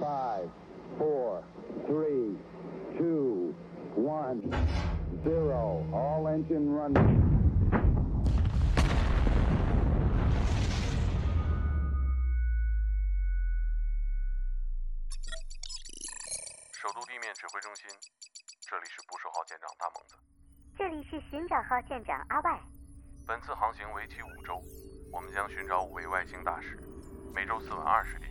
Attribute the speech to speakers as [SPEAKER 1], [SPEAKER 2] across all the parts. [SPEAKER 1] five, four, three, two, one, zero. All engine running.
[SPEAKER 2] 首都地面指挥中心，这里是捕手号舰长大猛子。
[SPEAKER 3] 这里是寻找号舰长阿外，
[SPEAKER 2] 本次航行为期五周，我们将寻找五位外星大使，每周四晚二十点，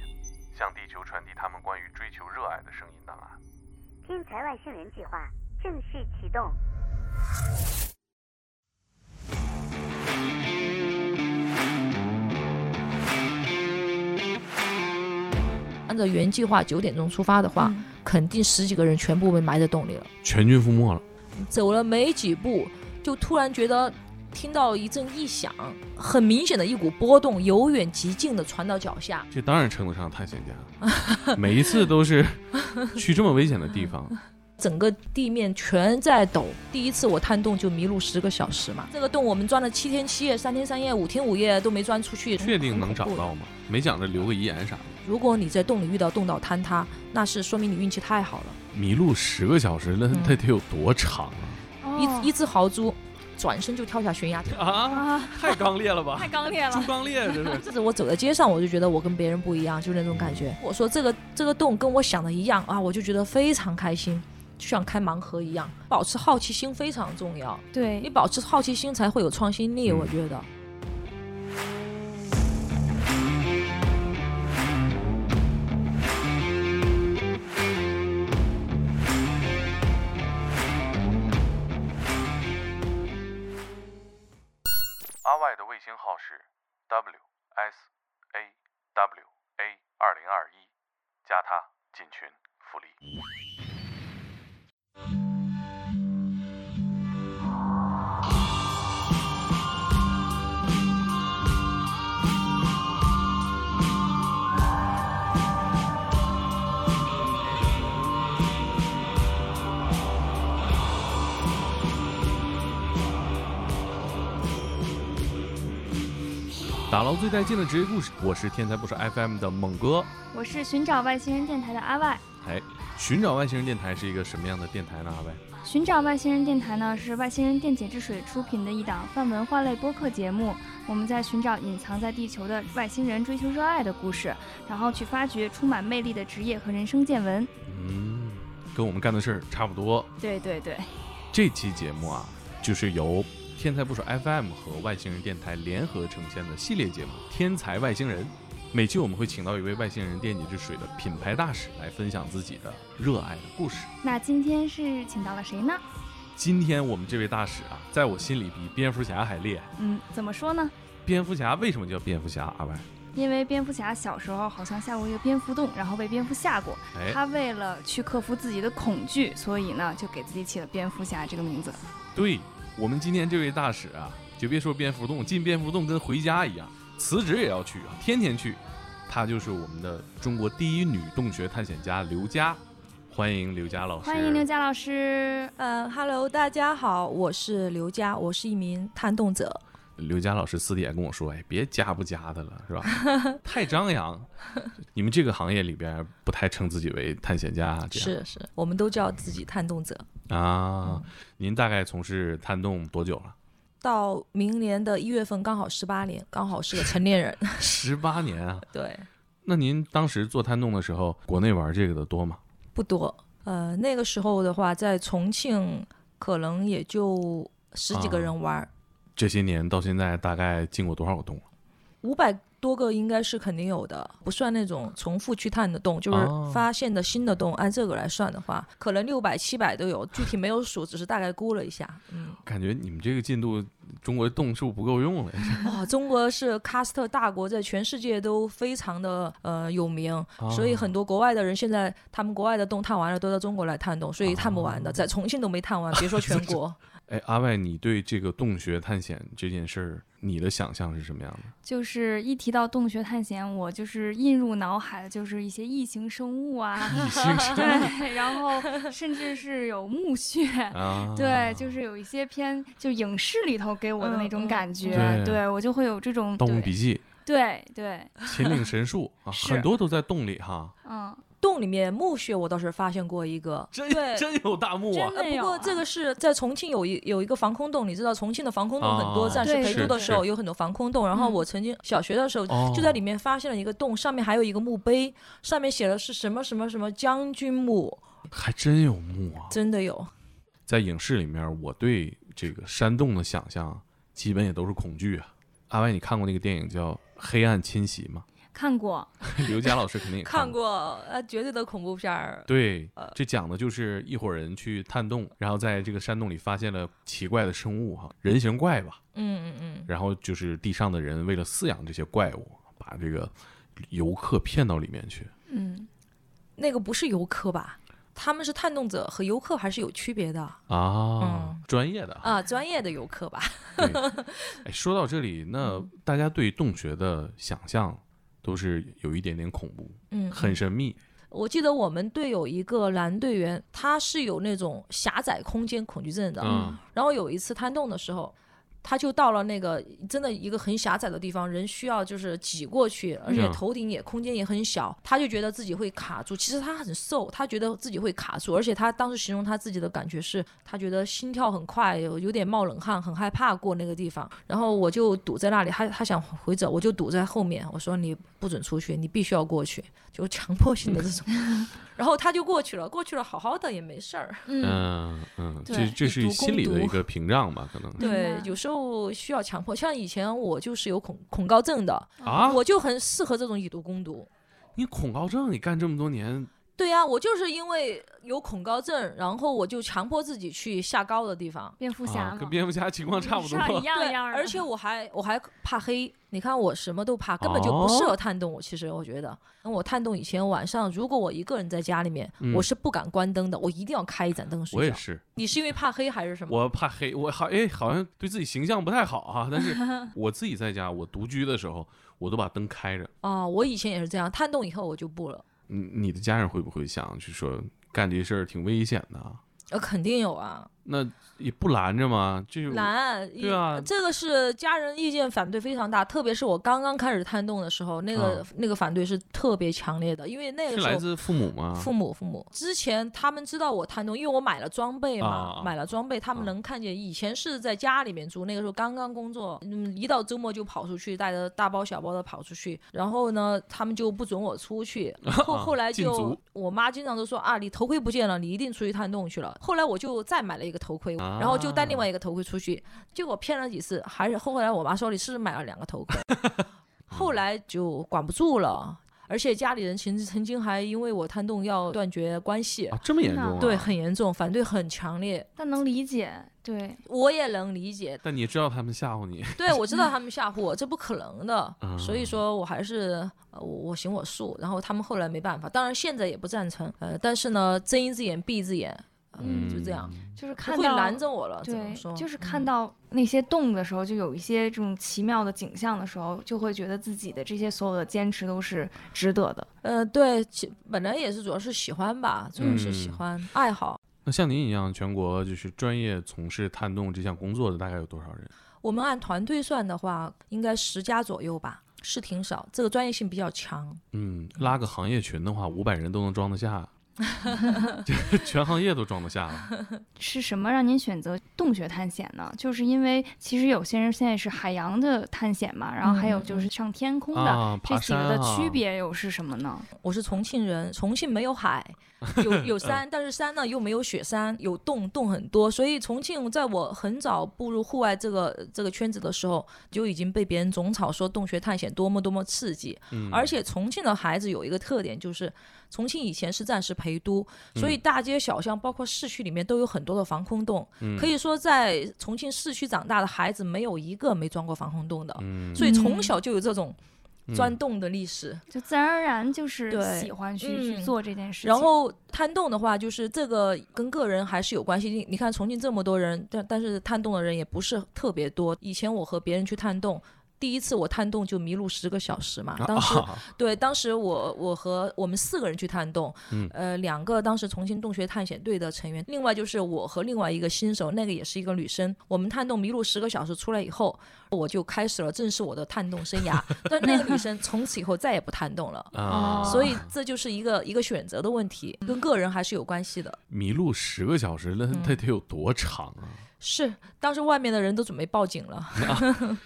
[SPEAKER 2] 向地球传递他们关于追求热爱的声音档案。
[SPEAKER 3] 天才外星人计划正式启动。
[SPEAKER 4] 按照原计划九点钟出发的话，肯定十几个人全部被埋在洞里了。
[SPEAKER 5] 全军覆没了。
[SPEAKER 4] 走了没几步，就突然觉得听到一阵异响，很明显的一股波动由远及近的传到脚下。
[SPEAKER 5] 这当然称得上探险家，每一次都是去这么危险的地方。
[SPEAKER 4] 整个地面全在抖。第一次我探洞就迷路十个小时嘛，这个洞我们钻了七天七夜、三天三夜、五天五夜都没钻出去，
[SPEAKER 5] 确定能找
[SPEAKER 4] 很恐怖
[SPEAKER 5] 到吗？没想着留个遗言啥的。
[SPEAKER 4] 如果你在洞里遇到洞岛坍塌，那是说明你运气太好了。
[SPEAKER 5] 迷路十个小时，那
[SPEAKER 4] 嗯
[SPEAKER 5] 那得有多长啊
[SPEAKER 4] 一一只豪猪转身就跳下悬崖。
[SPEAKER 5] 啊？啊，太刚烈了吧？太刚烈了，猪刚烈这是。
[SPEAKER 4] 这次我走在街上，我就觉得我跟别人不一样，就是那种感觉。我说这个这个洞跟我想的一样啊，我就觉得非常开心，就像开盲盒一样。保持好奇心非常重要，你
[SPEAKER 6] 对，
[SPEAKER 4] 保持好奇心才会有创新力，
[SPEAKER 5] 嗯
[SPEAKER 4] 我觉得。
[SPEAKER 2] 阿外的卫星号是 W S A W A 二零二一，加他进群福利。
[SPEAKER 5] 打捞最带劲的职业故事，我是天才不是 FM 的猛哥。
[SPEAKER 6] 我是寻找外星人电台的阿外。
[SPEAKER 5] 哎，寻找外星人电台是一个什么样的电台呢？阿外，
[SPEAKER 6] 寻找外星人电台呢，是外星人电解质水出品的一档泛文化类播客节目。我们在寻找隐藏在地球的外星人追求热爱的故事，然后去发掘充满魅力的职业和人生见闻。
[SPEAKER 5] 嗯，跟我们干的事儿差不多。
[SPEAKER 6] 对对对，
[SPEAKER 5] 这期节目啊，就是由天才不说 FM 和外星人电台联合呈现的系列节目《天才外星人》。每期我们会请到一位外星人电解质水的品牌大使来分享自己的热爱的故事。
[SPEAKER 6] 那今天是请到了谁呢？
[SPEAKER 5] 今天我们这位大使啊，在我心里比蝙蝠侠还厉害。
[SPEAKER 6] 嗯，怎么说呢？
[SPEAKER 5] 蝙蝠侠为什么叫蝙蝠侠？阿歪，
[SPEAKER 6] 因为蝙蝠侠小时候好像下过一个蝙蝠洞，然后被蝙蝠吓过。
[SPEAKER 5] 哎，
[SPEAKER 6] 他为了去克服自己的恐惧，所以呢，就给自己起了蝙蝠侠这个名字。
[SPEAKER 5] 对我们今天这位大使啊，就别说蝙蝠洞，进蝙蝠洞跟回家一样，辞职也要去啊，天天去。她就是我们的中国第一女洞穴探险家刘佳，欢迎刘佳老师。
[SPEAKER 6] 欢迎刘。佳老师。
[SPEAKER 4] 呃，Hello，大家好，我是刘佳，我是一名探洞者。
[SPEAKER 5] 刘佳老师私底下跟我说，哎，别加不加的了，是 吧？太张扬。你们这个行业里边不太称自己为探险家啊，这样
[SPEAKER 4] 是是，我们都叫自己探洞者。
[SPEAKER 5] 啊。您大概从事探洞多久了？
[SPEAKER 4] 到明年的一月份刚好十八年，刚好是个成年人。
[SPEAKER 5] 十八年啊。
[SPEAKER 4] 对，
[SPEAKER 5] 那您当时做探洞的时候，国内玩这个的多吗？
[SPEAKER 4] 不多。呃，那个时候的话，在重庆可能也就十几个人玩儿，
[SPEAKER 5] 这些年到现在大概进过多少个洞了？
[SPEAKER 4] 五百、多个应该是肯定有的，不算那种重复去探的洞，就是
[SPEAKER 5] 哦
[SPEAKER 4] 发现的新的洞。按这个来算的话，可能六百、七百都有，具体没有数，只是大概估了一下。嗯，
[SPEAKER 5] 感觉你们这个进度，中国洞数不够用了。
[SPEAKER 4] 哇、哦中国是喀斯特大国，在全世界都非常的呃有名，所以很多国外的人现在他们国外的洞探完了，都到中国来探洞，所以探不完的，在重庆都没探完，别说全国。
[SPEAKER 5] 哎，阿外，你对这个洞穴探险这件事儿，你的想象是什么样的？
[SPEAKER 6] 就是一提到洞穴探险，我就是映入脑海的就是一些异形生 物啊，
[SPEAKER 5] 你是
[SPEAKER 6] 对，然后甚至是有墓穴，
[SPEAKER 5] 啊，
[SPEAKER 6] 对，就是有一些偏就影视里头给我的那
[SPEAKER 4] 嗯
[SPEAKER 6] 种
[SPEAKER 4] 嗯
[SPEAKER 6] 感觉，
[SPEAKER 5] 对
[SPEAKER 6] 对我就会有这种
[SPEAKER 5] 《盗墓
[SPEAKER 6] 对
[SPEAKER 5] 笔记
[SPEAKER 6] 对对，》
[SPEAKER 5] 《秦岭神树》啊，
[SPEAKER 6] 是
[SPEAKER 5] 很多都在洞里哈。
[SPEAKER 6] 嗯，
[SPEAKER 4] 洞里面墓穴，我倒是发现过一个，
[SPEAKER 5] 真
[SPEAKER 4] 对。
[SPEAKER 5] 真有大墓啊
[SPEAKER 6] 真！
[SPEAKER 4] 呃，不
[SPEAKER 6] 的有
[SPEAKER 4] 过
[SPEAKER 6] 啊
[SPEAKER 4] 这个是在重庆有一有一个防空洞，你知道重庆的防空洞很多，
[SPEAKER 5] 啊
[SPEAKER 4] 暂时
[SPEAKER 6] 对
[SPEAKER 4] 陪
[SPEAKER 6] 是
[SPEAKER 4] 都的时候
[SPEAKER 5] 是
[SPEAKER 4] 有很多防空洞。然后
[SPEAKER 6] 嗯
[SPEAKER 4] 我曾经小学的时候
[SPEAKER 5] 哦
[SPEAKER 4] 就在里面发现了一个洞，上面还有一个墓碑，上面写的是什么什么什么将军墓，
[SPEAKER 5] 还真有墓啊！
[SPEAKER 4] 真的有。
[SPEAKER 5] 在影视里面，我对这个山洞的想象基本也都是恐惧啊。阿歪，你看过那个电影叫《黑暗侵袭》吗？
[SPEAKER 6] 看过，
[SPEAKER 5] 刘佳老师肯定也
[SPEAKER 4] 看
[SPEAKER 5] 过。
[SPEAKER 4] 过呃绝对的恐怖片儿，
[SPEAKER 5] 对
[SPEAKER 4] 呃，
[SPEAKER 5] 这讲的就是一伙人去探洞，然后在这个山洞里发现了奇怪的生物哈、人形怪吧。
[SPEAKER 4] 嗯嗯嗯，
[SPEAKER 5] 然后就是地上的人为了饲养这些怪物，把这个游客骗到里面去。
[SPEAKER 6] 嗯，
[SPEAKER 4] 那个不是游客吧？他们是探洞者，和游客还是有区别的
[SPEAKER 5] 啊，
[SPEAKER 4] 嗯
[SPEAKER 5] 专业的啊。
[SPEAKER 4] 啊，专业的游客吧？
[SPEAKER 5] 对，哎，说到这里，那大家对洞穴的想象都是有一点点恐怖，
[SPEAKER 4] 嗯，
[SPEAKER 5] 很神秘。
[SPEAKER 4] 我记得我们队有一个男队员，他是有那种狭窄空间恐惧症的。
[SPEAKER 5] 嗯
[SPEAKER 4] 然后有一次探洞的时候，他就到了那个真的一个很狭窄的地方，人需要就是挤过去，而且
[SPEAKER 5] 嗯
[SPEAKER 4] 头顶也空间也很小，他就觉得自己会卡住。其实他很瘦，他觉得自己会卡住，而且他当时形容他自己的感觉是，他觉得心跳很快，有有点冒冷汗，很害怕过那个地方。然后我就堵在那里，他他想回走，我就堵在后面，我说你不准出去，你必须要过去，就强迫性的这种。 然后他就过去了，过去了好好的也没事儿。
[SPEAKER 6] 嗯，
[SPEAKER 5] 嗯嗯，这
[SPEAKER 6] 对
[SPEAKER 5] 这是
[SPEAKER 4] 以毒
[SPEAKER 5] 心理
[SPEAKER 4] 攻
[SPEAKER 5] 的
[SPEAKER 4] 毒
[SPEAKER 5] 一个屏障吧，可能
[SPEAKER 6] 明
[SPEAKER 4] 对
[SPEAKER 6] 白，
[SPEAKER 4] 有时候需要强迫。像以前我就是有恐恐高症的，
[SPEAKER 5] 啊。
[SPEAKER 4] 我就很适合这种以毒攻毒。
[SPEAKER 5] 你恐高症，你干这么多年，
[SPEAKER 4] 对呀、我就是因为有恐高症，然后我就强迫自己去下高的地方。
[SPEAKER 6] 蝙蝠侠
[SPEAKER 5] 啊，
[SPEAKER 6] 嘛，
[SPEAKER 5] 跟蝙蝠侠情况差不
[SPEAKER 6] 是啊一
[SPEAKER 5] 多。
[SPEAKER 6] 样
[SPEAKER 4] 对
[SPEAKER 6] 一样，的，
[SPEAKER 4] 而且我还我还怕黑。你看我什么都怕，根本就不
[SPEAKER 5] 哦
[SPEAKER 4] 适合探洞。我其实我觉得，我探洞以前晚上，如果我一个人在家里面，
[SPEAKER 5] 嗯
[SPEAKER 4] 我是不敢关灯的，我一定要开一盏灯
[SPEAKER 5] 我
[SPEAKER 4] 睡
[SPEAKER 5] 也
[SPEAKER 4] 觉。
[SPEAKER 5] 是，
[SPEAKER 4] 你是因为怕黑还是什么？
[SPEAKER 5] 我怕黑，我好哎，好像对自己形象不太好啊。 但是我自己在家，我独居的时候，我都把灯开着。
[SPEAKER 4] 啊、我以前也是这样，探洞以后我就不了。
[SPEAKER 5] 你你的家人会不会想去说干这事儿挺危险的啊？
[SPEAKER 4] 呃，肯定有啊，
[SPEAKER 5] 那也不拦着吗？这是
[SPEAKER 4] 难，一
[SPEAKER 5] 对啊
[SPEAKER 4] 这个是家人意见反对非常大，特别是我刚刚开始探洞的时候，那个、
[SPEAKER 5] 啊
[SPEAKER 4] 那个反对是特别强烈的，因为那
[SPEAKER 5] 是
[SPEAKER 4] 个时
[SPEAKER 5] 来
[SPEAKER 4] 候。
[SPEAKER 5] 自父母吗？
[SPEAKER 4] 父母父母之前他们知道我探洞，因为我买了装备
[SPEAKER 5] 啊
[SPEAKER 4] 嘛，
[SPEAKER 5] 啊啊
[SPEAKER 4] 买了装备，他们
[SPEAKER 5] 啊
[SPEAKER 4] 能看见。以前是在家里面住，那个时候刚刚工作，嗯，一到周末就跑出去，带着大包小包的跑出去。然后呢，他们就不准我 出去。后后来
[SPEAKER 5] 禁
[SPEAKER 4] 就
[SPEAKER 5] 足
[SPEAKER 4] 我妈经常都说啊，你头盔不见了，你一定出去探洞去了。后来我就再买了一个头盔，
[SPEAKER 5] 啊
[SPEAKER 4] 然后就戴另外一个头盔出去，结果骗了几次，还是后来我妈说你是不是买了两个头盔，后来就管不住了，而且家里人曾曾经还因为我贪洞要断绝关系，
[SPEAKER 5] 啊，这么严重、啊？
[SPEAKER 4] 对，。很严重，反对很强烈，
[SPEAKER 6] 但能理解，对，
[SPEAKER 4] 我也能理解，
[SPEAKER 5] 但你知道他们吓唬你，
[SPEAKER 4] 对我知道他们吓唬我，这不可能的，
[SPEAKER 5] 嗯
[SPEAKER 4] 所以说我还是呃我我行我素，然后他们后来没办法，当然现在也不赞成，呃，但是呢睁一只眼闭一只眼， 嗯，就这样。
[SPEAKER 6] 就是
[SPEAKER 4] 不
[SPEAKER 6] 看
[SPEAKER 4] 会
[SPEAKER 6] 到
[SPEAKER 4] 拦着我了，只能
[SPEAKER 6] 对
[SPEAKER 4] 说，
[SPEAKER 6] 就是
[SPEAKER 4] 嗯
[SPEAKER 6] 看到那些动的时候，就有一些这种奇妙的景象的时候，就会觉得自己的这些所有的坚持都是值得的。
[SPEAKER 4] 呃，对，其本来也是主要是喜欢吧，主要是喜
[SPEAKER 5] 嗯
[SPEAKER 4] 欢、爱好。
[SPEAKER 5] 那像您一样，全国就是专业从事探洞这项工作的大概有多少人？
[SPEAKER 4] 我们按团队算的话，应该十家左右吧，是挺少。这个专业性比较强，
[SPEAKER 5] 嗯，拉个行业群的话，五百人都能装得 下， 这全行业都装得下了。
[SPEAKER 6] 是什么让您选择洞穴探险呢？就是因为其实有些人现在是海洋的探险嘛，然后还有
[SPEAKER 4] 嗯
[SPEAKER 6] 就是上天空的，
[SPEAKER 5] 啊
[SPEAKER 6] 这
[SPEAKER 5] 爬
[SPEAKER 6] 几个
[SPEAKER 5] 山
[SPEAKER 6] 的
[SPEAKER 5] 啊
[SPEAKER 6] 区别又是什么呢？
[SPEAKER 4] 我是重庆人，重庆没有海，有 有山，但是山呢又没有雪山，有洞，洞很多，所以重庆在我很早步入户外这个这个圈子的时候，就已经被别人总吵说洞穴探险多么多么刺激。
[SPEAKER 5] 嗯，
[SPEAKER 4] 而且重庆的孩子有一个特点，就是重庆以前是战时陪都，所以
[SPEAKER 5] 嗯
[SPEAKER 4] 大街小巷包括市区里面都有很多的防空洞。
[SPEAKER 5] 嗯
[SPEAKER 4] 可以说，在重庆市区长大的孩子没有一个没钻过防空洞的，
[SPEAKER 5] 嗯，
[SPEAKER 4] 所以从
[SPEAKER 6] 嗯
[SPEAKER 4] 小就有这种
[SPEAKER 5] 嗯
[SPEAKER 4] 钻洞的历史。
[SPEAKER 6] 就自然而然就是
[SPEAKER 4] 对
[SPEAKER 6] 喜欢去、
[SPEAKER 4] 嗯
[SPEAKER 6] 去做这件事情。
[SPEAKER 4] 然后探洞的话，就是这个跟个人还是有关系。你你看重庆这么多人，但但是探洞的人也不是特别多。以前我和别人去探洞。第一次我探洞就迷路十个小时嘛，
[SPEAKER 5] 啊
[SPEAKER 4] 当时、
[SPEAKER 5] 啊
[SPEAKER 4] 对，当时我我和我们四个人去探洞，
[SPEAKER 5] 嗯
[SPEAKER 4] 呃，两个当时重庆洞穴探险队的成员，另外就是我和另外一个新手，那个也是一个女生。我们探洞迷路十个小时出来以后，我就开始了正式我的探洞生涯。但那个女生从此以后再也不探洞了。
[SPEAKER 5] 啊，
[SPEAKER 4] 所以这就是一个一个选择的问题，跟个人还是有关系的。
[SPEAKER 5] 迷路十个小时，那它得有多长啊？
[SPEAKER 4] 是，当时外面的人都准备报警了。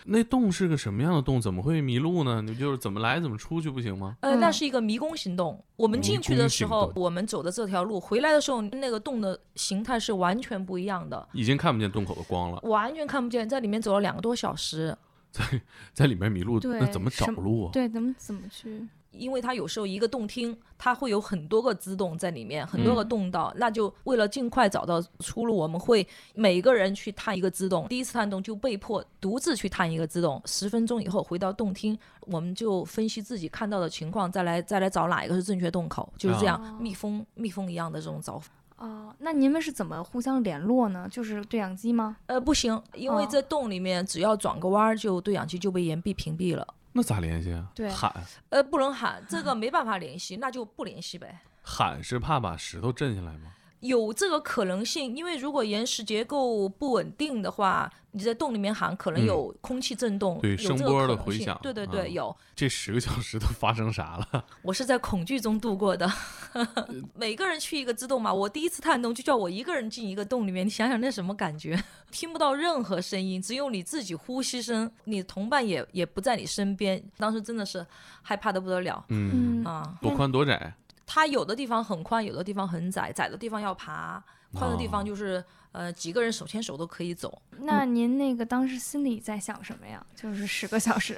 [SPEAKER 5] 那洞是个什么样的洞？怎么会迷路呢？你就是怎么来怎么出去不行吗？
[SPEAKER 4] 呃，那
[SPEAKER 6] 嗯
[SPEAKER 4] 是一个迷宫行动。我们
[SPEAKER 5] 迷
[SPEAKER 4] 进去
[SPEAKER 5] 宫
[SPEAKER 4] 的时
[SPEAKER 5] 行
[SPEAKER 4] 候
[SPEAKER 5] 动，
[SPEAKER 4] 我们走的这条路，回来的时候，那个洞的形态是完全不一样的，
[SPEAKER 5] 已经看不见洞口的光了，
[SPEAKER 4] 完全看不见。在里面走了两个多小时，
[SPEAKER 5] 在里面迷路，
[SPEAKER 6] 对
[SPEAKER 5] 那怎么找
[SPEAKER 6] 什么
[SPEAKER 5] 路啊？
[SPEAKER 6] 对，咱们怎么去？
[SPEAKER 4] 因为它有时候一个洞厅，它会有很多个支洞在里面，很多个
[SPEAKER 6] 嗯
[SPEAKER 4] 洞道。那就为了尽快找到出路，我们会每个人去探一个支洞。第一次探洞就被迫独自去探一个支洞，十分钟以后回到洞厅，我们就分析自己看到的情况，再来再来找哪一个是正确洞口，就是这样，
[SPEAKER 6] 哦
[SPEAKER 4] 蜜蜂蜜蜂一样的这种找法。啊
[SPEAKER 6] 哦、那你们是怎么互相联络呢？就是对讲机吗？
[SPEAKER 4] 呃，不行，因为
[SPEAKER 6] 哦
[SPEAKER 4] 这洞里面只要转个弯儿，就对讲机就被岩壁屏蔽了。
[SPEAKER 5] 那咋联系啊？
[SPEAKER 6] 对
[SPEAKER 5] 喊
[SPEAKER 4] 呃，不能喊，这个没办法联系，那就不联系呗。
[SPEAKER 5] 喊是怕把石头震下来吗？
[SPEAKER 4] 有这个可能性，因为如果岩石结构不稳定的话，你在洞里面喊，可能
[SPEAKER 5] 嗯
[SPEAKER 4] 有空气震动，
[SPEAKER 5] 对
[SPEAKER 4] 有这
[SPEAKER 5] 声
[SPEAKER 4] 个
[SPEAKER 5] 波
[SPEAKER 4] 可
[SPEAKER 5] 的
[SPEAKER 4] 能
[SPEAKER 5] 回
[SPEAKER 4] 性
[SPEAKER 5] 响
[SPEAKER 4] 对对对，
[SPEAKER 5] 嗯
[SPEAKER 4] 有。
[SPEAKER 5] 这十个小时都发生啥了？
[SPEAKER 4] 我是在恐惧中度过的， 每个人去一个支洞嘛。我第一次探洞就叫我一个人进一个洞里面，你想想那什么感觉？听不到任何声音，只有你自己呼吸声，你同伴也也不在你身边。当时真的是害怕的不得了
[SPEAKER 5] 嗯，
[SPEAKER 4] 啊！
[SPEAKER 5] 多宽多窄？
[SPEAKER 4] 它有的地方很宽，有的地方很窄，窄的地方要爬，宽的地
[SPEAKER 5] 哦
[SPEAKER 4] 方就是、呃几个人手牵手都可以走。
[SPEAKER 6] 那您那个当时心里在想什么呀？就是十个小时，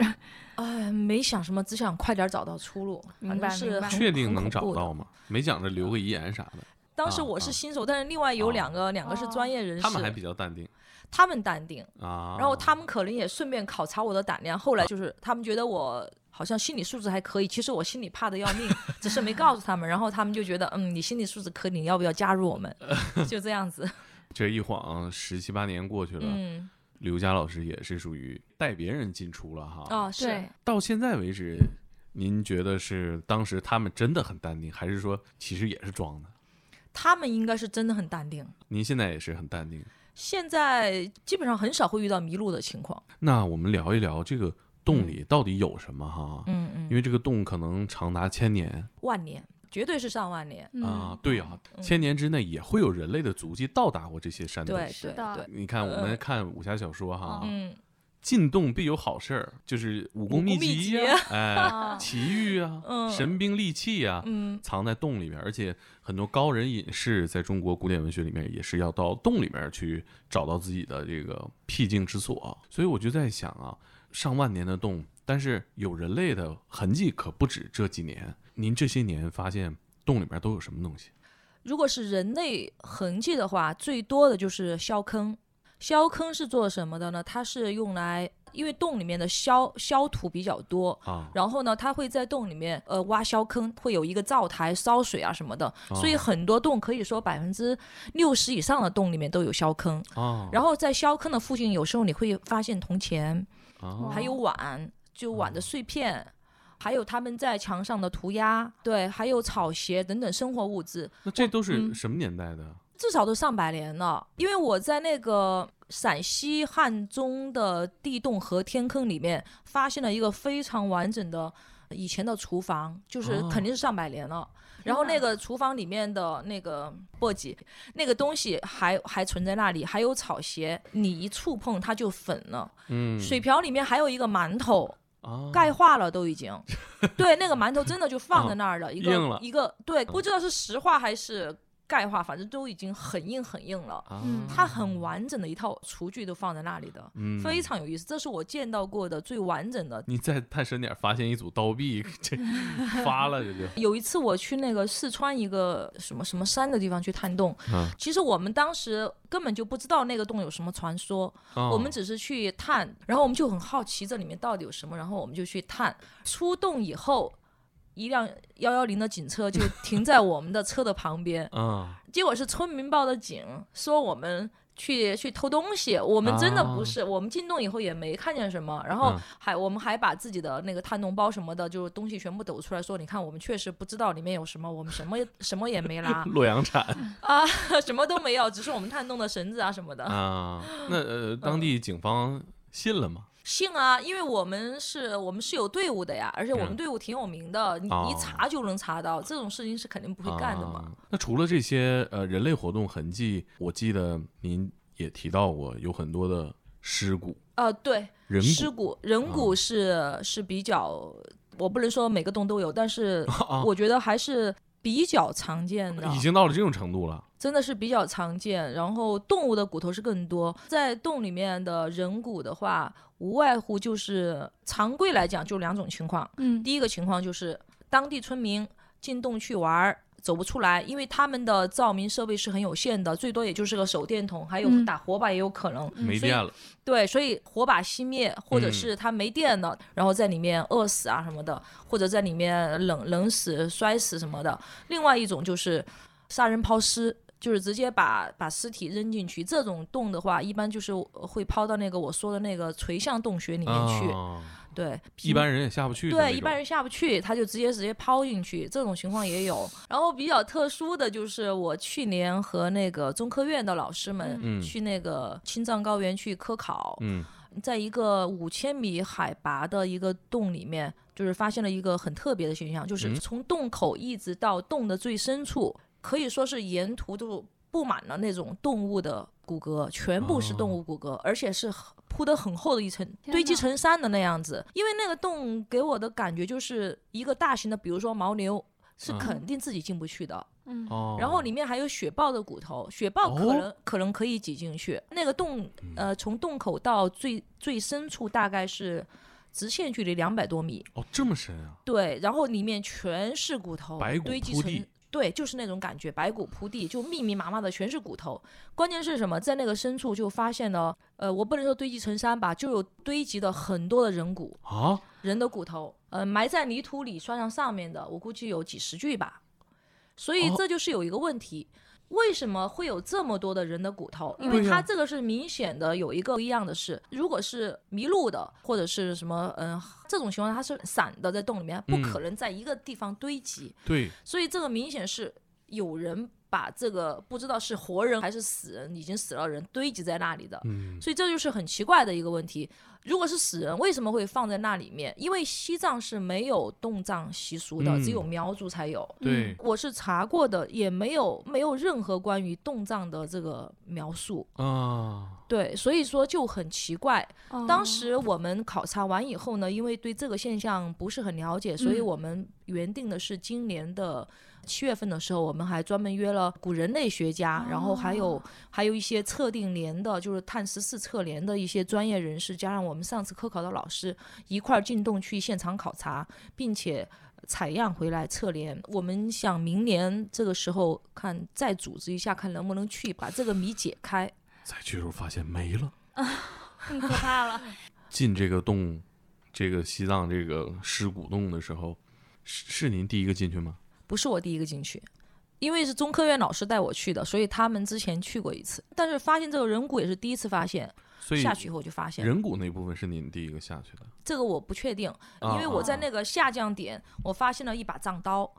[SPEAKER 4] 哎，没想什么，只想快点找到出路。反
[SPEAKER 6] 明白
[SPEAKER 4] 正是
[SPEAKER 6] 明白
[SPEAKER 4] 很
[SPEAKER 5] 确定能
[SPEAKER 4] 哎很恐
[SPEAKER 5] 找
[SPEAKER 4] 怖的
[SPEAKER 5] 到吗？没想着留个遗言啥的，
[SPEAKER 4] 当时
[SPEAKER 5] 啊
[SPEAKER 4] 我
[SPEAKER 5] 啊
[SPEAKER 4] 是新手，但是另外有
[SPEAKER 5] 哦
[SPEAKER 4] 两个，两个嗯是专业人士，
[SPEAKER 5] 他们还比较淡定
[SPEAKER 4] 他们淡定。
[SPEAKER 5] 啊。
[SPEAKER 4] 然后他们可能也顺便考察我的胆量。后来就是他们觉得我好像心理素质还可以，其实我心里怕的要命，只是没告诉他们。然后他们就觉得，嗯，你心理素质可以，你要不要加入我 们？就这样子。
[SPEAKER 5] 这一晃十七八年过去了，
[SPEAKER 4] 嗯，
[SPEAKER 5] 刘佳老师也是属于带别人进出了哈。
[SPEAKER 4] 哦，是
[SPEAKER 6] 对。
[SPEAKER 5] 到现在为止，您觉得是当时他们真的很淡定，还是说其实也是装的？
[SPEAKER 4] 他们应该是真的很淡定。
[SPEAKER 5] 您现在也是很淡定。
[SPEAKER 4] 现在基本上很少会遇到迷路的情况。
[SPEAKER 5] 那我们聊一聊这个洞里到底有什么哈？
[SPEAKER 4] 嗯嗯，
[SPEAKER 5] 因为这个洞可能长达千年
[SPEAKER 4] 万年绝对是上万年。
[SPEAKER 6] 嗯，
[SPEAKER 5] 啊，对啊，千年之内也会有人类的足迹到达过这些山洞。
[SPEAKER 4] 对
[SPEAKER 6] 是
[SPEAKER 4] 对
[SPEAKER 6] 的
[SPEAKER 4] 对，
[SPEAKER 5] 你看，我们
[SPEAKER 4] 呃
[SPEAKER 5] 看武侠小说哈，
[SPEAKER 4] 嗯，
[SPEAKER 5] 进洞必有好事儿，就是武功
[SPEAKER 4] 武功
[SPEAKER 5] 秘
[SPEAKER 4] 秘
[SPEAKER 5] 籍呀、哎，奇遇啊，
[SPEAKER 4] 嗯
[SPEAKER 5] 神兵利器呀、
[SPEAKER 4] 嗯
[SPEAKER 5] 藏在洞里面，而且很多高人隐士在中国古典文学里面也是要到洞里面去找到自己的这个僻静之所，所以我就在想啊，上万年的洞，但是有人类的痕迹可不止这几年，您这些年发现洞里面都有什么东西？
[SPEAKER 4] 如果是人类痕迹的话，最多的就是削坑。削坑是做什么的呢？它是用来，因为洞里面的削削土比较多。
[SPEAKER 5] 啊，
[SPEAKER 4] 然后呢，它会在洞里面呃挖削坑，会有一个灶台烧水啊什么的，所以
[SPEAKER 5] 哦
[SPEAKER 4] 很多洞可以说百分之六十以上的洞里面都有削坑。
[SPEAKER 5] 啊，
[SPEAKER 4] 然后在削坑的附近，有时候你会发现铜钱，
[SPEAKER 5] 啊，
[SPEAKER 4] 还有碗，就碗的碎片，还有他们在墙上的涂鸦，对，还有草鞋等等生活物资，
[SPEAKER 5] 那这都是
[SPEAKER 4] 嗯
[SPEAKER 5] 什么年代的？
[SPEAKER 4] 至少都上百年了。因为我在那个陕西汉中的地洞和天坑里面，发现了一个非常完整的。以前的厨房就是
[SPEAKER 5] 哦
[SPEAKER 4] 肯定是上百年了，然后那个厨房里面的那个簸箕，那个东西还还存在那里，还有草鞋，你一触碰它就粉了。
[SPEAKER 5] 嗯，
[SPEAKER 4] 水瓢里面还有一个馒头，
[SPEAKER 5] 啊，
[SPEAKER 4] 钙化了都 已经。对，那个馒头真的就放在那儿了，一
[SPEAKER 5] 嗯硬了嗯
[SPEAKER 4] 个一个，对，不知道是石化还是钙化，反正都已经很硬很硬了。
[SPEAKER 5] 啊，
[SPEAKER 6] 嗯
[SPEAKER 4] 它很完整的一套厨具都放在那里的，
[SPEAKER 5] 嗯
[SPEAKER 4] 非常有意思。这是我见到过的最完整的。
[SPEAKER 5] 你再探深点儿，发现一组刀币， 这发了这就
[SPEAKER 4] 有一次我去那个四川一个什么什么山的地方去探洞，
[SPEAKER 5] 嗯
[SPEAKER 4] 其实我们当时根本就不知道那个洞有什么传说，
[SPEAKER 5] 啊
[SPEAKER 4] 我们只是去探，然后我们就很好奇这里面到底有什么，然后我们就去探。出洞以后，一辆幺幺零的警车就停在我们的车的旁边，
[SPEAKER 5] 啊
[SPEAKER 4] 结果是村民报的警，说我们去去偷东西，我们真的
[SPEAKER 5] 啊
[SPEAKER 4] 不是，我们进洞以后也没看见什么，然后
[SPEAKER 5] 嗯
[SPEAKER 4] 还、我们还把自己的那个探洞包什么的，就是东西全部抖出来说，你看我们确实不知道里面有什么，我们什么什么也没拿
[SPEAKER 5] 洛阳铲
[SPEAKER 4] 啊， 什么都没有，只是我们探洞的绳子啊什么的。
[SPEAKER 5] 啊，那 呃，当地警方信了吗？
[SPEAKER 4] 信啊，因为我们是我们是有队伍的呀，而且我
[SPEAKER 5] 嗯
[SPEAKER 4] 们队伍挺有名的，你
[SPEAKER 5] 哦
[SPEAKER 4] 一查就能查到，这种事情是肯定不会干的嘛。
[SPEAKER 5] 啊。那除了这些呃人类活动痕迹，我记得您也提到过有很多的尸骨、
[SPEAKER 4] 啊，对，
[SPEAKER 5] 哦人
[SPEAKER 4] 尸
[SPEAKER 5] 骨
[SPEAKER 4] 骨人骨
[SPEAKER 5] 啊
[SPEAKER 4] 是、是比较，我不能说每个洞都有，但是我觉得还是比较常见的。
[SPEAKER 5] 哦已经到了这种程度了。
[SPEAKER 4] 真的是比较常见。然后动物的骨头是更多，在洞里面的人骨的话，无外乎就是常规来讲就两种情况。
[SPEAKER 6] 嗯，
[SPEAKER 4] 第一个情况就是当地村民进洞去玩儿。走不出来，因为他们的照明设备是很有限的，最多也就是个手电筒，还有
[SPEAKER 6] 嗯
[SPEAKER 4] 打火把也有可能。
[SPEAKER 5] 没电了，
[SPEAKER 4] 对，所以火把熄灭，或者
[SPEAKER 5] 嗯
[SPEAKER 4] 是他没电了，然后在里面饿死啊什么的，或者在里面冷冷死、摔死什么的。另外一种就是杀人抛尸，就是直接把把尸体扔进去。这种洞的话，一般就是会抛到那个我说的那个垂向洞穴里面去。
[SPEAKER 5] 啊
[SPEAKER 4] 对，
[SPEAKER 5] 一般人也下不去的那种。
[SPEAKER 4] 对一般人下不去，他就直接直接抛进去，这种情况也有。然后比较特殊的就是我去年和那个中科院的老师
[SPEAKER 5] 嗯
[SPEAKER 4] 们去那个青藏高原去科考，
[SPEAKER 5] 嗯
[SPEAKER 4] 在一个五千米海拔的一个洞里面，就是发现了一个很特别的现象，就是
[SPEAKER 5] 嗯
[SPEAKER 4] 从洞口一直到洞的最深处，可以说是沿途都布满了那种动物的骨骼，全部是
[SPEAKER 5] 哦
[SPEAKER 4] 动物骨骼，而且是很铺得很厚的一层，
[SPEAKER 6] 哪
[SPEAKER 4] 堆积成山的那样子。因为那个洞给我的感觉就是一个大型的，比如说牦牛。是
[SPEAKER 5] 嗯
[SPEAKER 4] 肯定自己进不去的，
[SPEAKER 6] 嗯，
[SPEAKER 5] 哦，
[SPEAKER 4] 然后里面还有雪豹的骨头，雪豹可能、可能可以挤进去。那个洞，
[SPEAKER 5] 嗯
[SPEAKER 4] 呃，从洞口到最最深处大概是直线距离两百多米，
[SPEAKER 5] 哦这么深啊，
[SPEAKER 4] 对，然后里面全是骨头，
[SPEAKER 5] 白骨
[SPEAKER 4] 堆积
[SPEAKER 5] 铺
[SPEAKER 4] 成
[SPEAKER 5] 地。
[SPEAKER 4] 对，就是那种感觉，白骨铺地，就密密麻麻的全是骨头。关键是什么？在那个深处就发现了，呃，我不能说堆积成山吧，就有堆积的很多的人骨，
[SPEAKER 5] 啊，
[SPEAKER 4] 人的骨头，呃，埋在泥土里，刷上上面的，我估计有几十具吧。所以
[SPEAKER 5] 哦
[SPEAKER 4] 这就是有一个问题，为什么会有这么多的人的骨头？因为
[SPEAKER 5] 哎对呀
[SPEAKER 4] 它这个是明显的有一个不一样的是，如果是迷路的或者是什么，嗯、这种情况它是散的在洞里面，不
[SPEAKER 5] 嗯
[SPEAKER 4] 可能在一个地方堆积，
[SPEAKER 5] 对，
[SPEAKER 4] 所以这个明显是有人把这个不知道是活人还是死人，已经死了人堆积在那里的。
[SPEAKER 5] 嗯
[SPEAKER 4] 呃所以这就是很奇怪的一个问题。如果是死人，为什么会放在那里面？因为西藏是没有动葬习俗的，
[SPEAKER 5] 嗯
[SPEAKER 4] 只有苗族才有。
[SPEAKER 5] 对，
[SPEAKER 4] 我是查过的，也没有没有任何关于动葬的这个描述，
[SPEAKER 5] 啊，
[SPEAKER 4] 对，所以说就很奇怪。
[SPEAKER 6] 哦
[SPEAKER 4] 当时我们考察完以后呢，因为对这个现象不是很了解，所以
[SPEAKER 6] 嗯
[SPEAKER 4] 我们原定的是今年的七月份的时候，我们还专门约了古人类学家，然后还
[SPEAKER 6] 哦
[SPEAKER 4] 有还有一些测定联的，就是碳十四测联的一些专业人士，加上我们上次科考的老师一块儿进洞去现场考察，并且。采样回来测联，我们想明年这个时候看再组织一下，看能不能去把这个谜解开。
[SPEAKER 5] 再去的时候发现没了。
[SPEAKER 6] 更可怕了，
[SPEAKER 5] 进这个洞，这个西藏这个尸骨洞的时候，是是您第一个进去吗？
[SPEAKER 4] 不是我第一个进去，因为是中科院老师带我去的，所以他们之前去过一次，但是发现这个人骨也是第一次发现，
[SPEAKER 5] 所以
[SPEAKER 4] 下去以后就发现
[SPEAKER 5] 人骨那部分是您第一个下去的，
[SPEAKER 4] 这个我不确定，
[SPEAKER 5] 啊
[SPEAKER 4] 因为我在那个下降点，我发现了一把藏刀，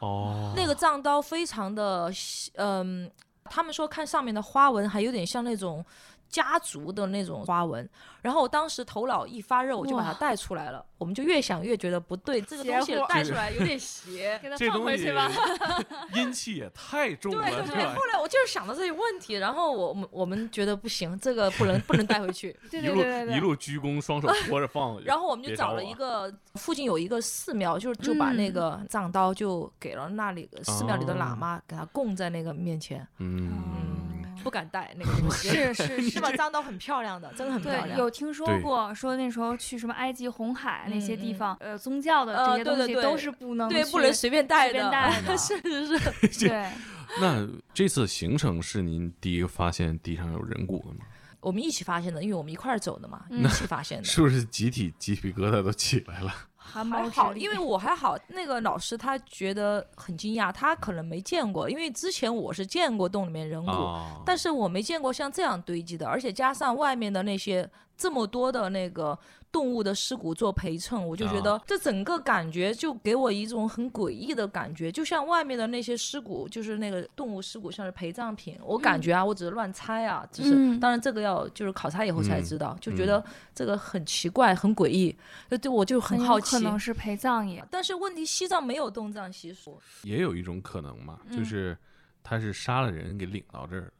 [SPEAKER 5] 哦，
[SPEAKER 4] 那个藏刀非常的，嗯，他们说看上面的花纹还有点像那种。家族的那种花纹，然后我当时头脑一发热，我就把它
[SPEAKER 6] 哇
[SPEAKER 4] 带出来了。我们就越想越觉得不对，这个东西
[SPEAKER 6] 邪乎
[SPEAKER 4] 带出来有点邪。
[SPEAKER 6] 给它
[SPEAKER 5] 这
[SPEAKER 6] 放
[SPEAKER 5] 东
[SPEAKER 6] 回
[SPEAKER 5] 西
[SPEAKER 6] 去吧。
[SPEAKER 5] 阴气也太重了，
[SPEAKER 4] 对对
[SPEAKER 5] 是
[SPEAKER 4] 对，
[SPEAKER 5] 吧
[SPEAKER 4] 后？来我就是想到这些问题，然后我们我们觉得不行，这个不能不能带 回去，
[SPEAKER 6] 对
[SPEAKER 5] 一
[SPEAKER 6] 对
[SPEAKER 5] 路
[SPEAKER 6] 对
[SPEAKER 5] 一
[SPEAKER 6] 对对，
[SPEAKER 5] 路鞠躬，双手托着放回去。
[SPEAKER 4] 然后我们就
[SPEAKER 5] 别找
[SPEAKER 4] 找
[SPEAKER 5] 我
[SPEAKER 4] 了一个附近有一个寺庙，就是就把
[SPEAKER 6] 嗯
[SPEAKER 4] 那个藏刀就给了那里寺庙里的喇嘛，给他供在那个面前，
[SPEAKER 5] 哦嗯，
[SPEAKER 4] 嗯，不敢带那个东西。
[SPEAKER 6] 是是
[SPEAKER 4] 是
[SPEAKER 6] 是。
[SPEAKER 4] 吧？藏刀很漂亮的，真的很漂
[SPEAKER 6] 对，
[SPEAKER 4] 亮。
[SPEAKER 6] 有听说
[SPEAKER 5] 对
[SPEAKER 6] 过，说那时候去什么埃及红海那些地
[SPEAKER 4] 嗯嗯
[SPEAKER 6] 方，呃，宗教的这
[SPEAKER 4] 呃对
[SPEAKER 6] 些东
[SPEAKER 4] 对
[SPEAKER 6] 西
[SPEAKER 4] 对
[SPEAKER 6] 都是不能
[SPEAKER 4] 对不
[SPEAKER 6] 去
[SPEAKER 4] 能随便带
[SPEAKER 6] 随便带
[SPEAKER 4] 的，
[SPEAKER 6] 的
[SPEAKER 4] 是是是。
[SPEAKER 6] 对，
[SPEAKER 5] 那这次行程是您第一个发现地上有人骨的吗？
[SPEAKER 4] 我们一起发现的，因为我们一块儿走的嘛，
[SPEAKER 6] 嗯
[SPEAKER 4] 一起发现的。
[SPEAKER 5] 是不是集体鸡皮疙瘩都起来了？
[SPEAKER 6] 汗毛
[SPEAKER 4] 还
[SPEAKER 6] 直
[SPEAKER 4] 好，
[SPEAKER 6] 立，
[SPEAKER 4] 因为我还好。那个老师他觉得很惊讶，他可能没见过，因为之前我是见过洞里面人骨，
[SPEAKER 5] 啊，
[SPEAKER 4] 但是我没见过像这样堆积的，而且加上外面的那些这么多的那个动物的尸骨做陪衬，我就觉得
[SPEAKER 5] 啊
[SPEAKER 4] 这整个感觉就给我一种很诡异的感觉，就像外面的那些尸骨，就是那个动物尸骨像是陪葬品。我感觉啊，我只是乱猜啊，只是、
[SPEAKER 6] 嗯
[SPEAKER 4] 当然这个要就是考察以后才
[SPEAKER 5] 嗯
[SPEAKER 4] 知道，就觉得这个很奇怪，很诡异，就对我就很
[SPEAKER 6] 很
[SPEAKER 4] 好
[SPEAKER 6] 有
[SPEAKER 4] 奇
[SPEAKER 6] 可。能是陪葬 也。
[SPEAKER 4] 但是问题，西藏没有动葬习俗，
[SPEAKER 5] 也有一种可能嘛，就
[SPEAKER 6] 嗯
[SPEAKER 5] 是他是杀了人给领到这儿，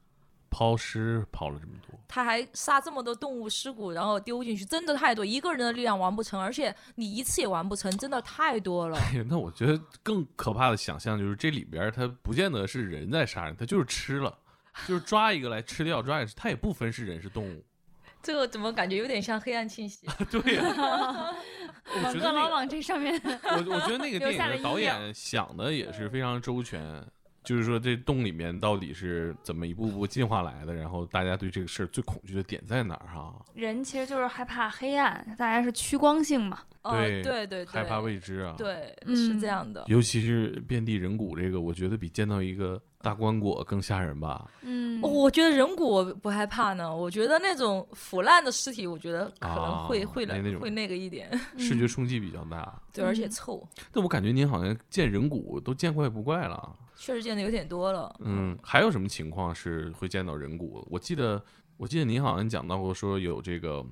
[SPEAKER 5] 抛尸抛了这么多，
[SPEAKER 4] 他还杀这么多动物尸骨，然后丢进去，真的太多，一个人的力量完不成，而且你一次也完不成，真的太多了。
[SPEAKER 5] 哎呀，那我觉得更可怕的想象就是这里边儿它不见得是人在杀人，它就是吃 了，就是抓一个来吃掉，抓一个吃，它也不分是人是动 物。
[SPEAKER 4] 这个怎么感觉有点像黑暗 气息？
[SPEAKER 5] 对呀、我
[SPEAKER 6] 广
[SPEAKER 5] 觉得
[SPEAKER 6] 告老
[SPEAKER 5] 那个，
[SPEAKER 6] 往这上面，
[SPEAKER 5] 我我觉得那个
[SPEAKER 6] 留
[SPEAKER 5] 电影
[SPEAKER 6] 下了
[SPEAKER 5] 的
[SPEAKER 6] 阴
[SPEAKER 5] 导演
[SPEAKER 6] 影
[SPEAKER 5] 想的也是非常周全。就是说，这洞里面到底是怎么一步步进化来的？然后大家对这个事儿最恐惧的点在哪儿、哈？
[SPEAKER 6] 人其实就是害怕黑暗，大家是趋光性嘛。
[SPEAKER 4] 哦，
[SPEAKER 5] 对
[SPEAKER 4] 对对对，
[SPEAKER 5] 害怕未知啊。
[SPEAKER 4] 对，
[SPEAKER 6] 嗯
[SPEAKER 4] 是这样的。
[SPEAKER 5] 尤其是遍地人骨这个，我觉得比见到一个大棺椁更吓人吧。
[SPEAKER 6] 嗯，
[SPEAKER 4] 哦我觉得人骨我不害怕呢，我觉得那种腐烂的尸体，我觉得可能会、
[SPEAKER 5] 啊
[SPEAKER 4] 会了
[SPEAKER 5] 那那种
[SPEAKER 4] 会那个一 点，
[SPEAKER 5] 视觉冲击比较大，
[SPEAKER 4] 对，
[SPEAKER 6] 嗯
[SPEAKER 4] 而且臭，
[SPEAKER 5] 但我感觉您好像见人骨都见怪不怪了。
[SPEAKER 4] 确实见的有点多了。
[SPEAKER 5] 嗯，还有什么情况是会见到人骨？我记得，我记得您好像讲到过，说有这个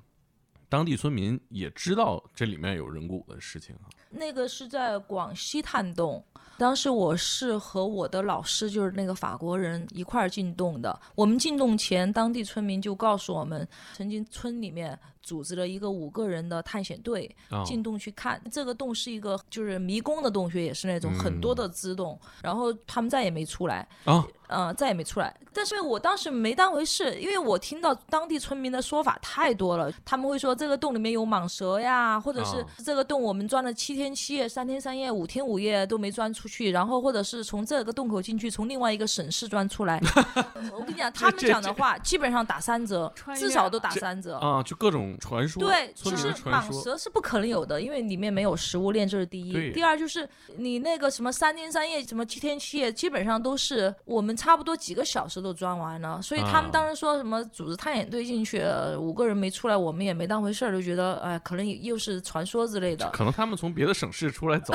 [SPEAKER 5] 当地村民也知道这里面有人骨的事情啊。
[SPEAKER 4] 那个是在广西探洞，当时我是和我的老师，就是那个法国人一块儿进洞的。我们进洞前，当地村民就告诉我们，曾经村里面组织了一个五个人的探险队
[SPEAKER 5] 啊、
[SPEAKER 4] 进洞去看。这个洞是一个就是迷宫的洞穴，也是那种很多的支洞，然后他们再也没出来。
[SPEAKER 5] 啊，
[SPEAKER 4] 呃，再也没出来。但是我当时没当回事，因为我听到当地村民的说法太多了，他们会说这个洞里面有蟒蛇呀，或者是
[SPEAKER 5] 啊
[SPEAKER 4] 这个洞我们钻了七天七夜、三天三夜、五天五夜都没钻出去，然后或者是从这个洞口进去，从另外一个省市钻出来。 我跟你讲，他们
[SPEAKER 5] 这
[SPEAKER 4] 讲的话基本上打三折
[SPEAKER 6] 穿，越
[SPEAKER 4] 至少都打
[SPEAKER 5] 这
[SPEAKER 4] 三折。
[SPEAKER 5] 啊，就各种传说，
[SPEAKER 4] 对，
[SPEAKER 5] 村民
[SPEAKER 4] 就是
[SPEAKER 5] 的传
[SPEAKER 4] 蟒
[SPEAKER 5] 说，
[SPEAKER 4] 蛇是不可能有的，因为里面没有食物链，这是第
[SPEAKER 5] 对
[SPEAKER 4] 一。第二就是你那个什么三天三夜，什么七天七夜，基本上都是我们差不多几个小时都钻完了，所以他
[SPEAKER 5] 啊
[SPEAKER 4] 们当时说什么组织探险队进去、呃五个人没出来，我们也没当回事儿，就觉得哎，可能也又是传说 之类的。
[SPEAKER 5] 可能他们从别的省市出 来走，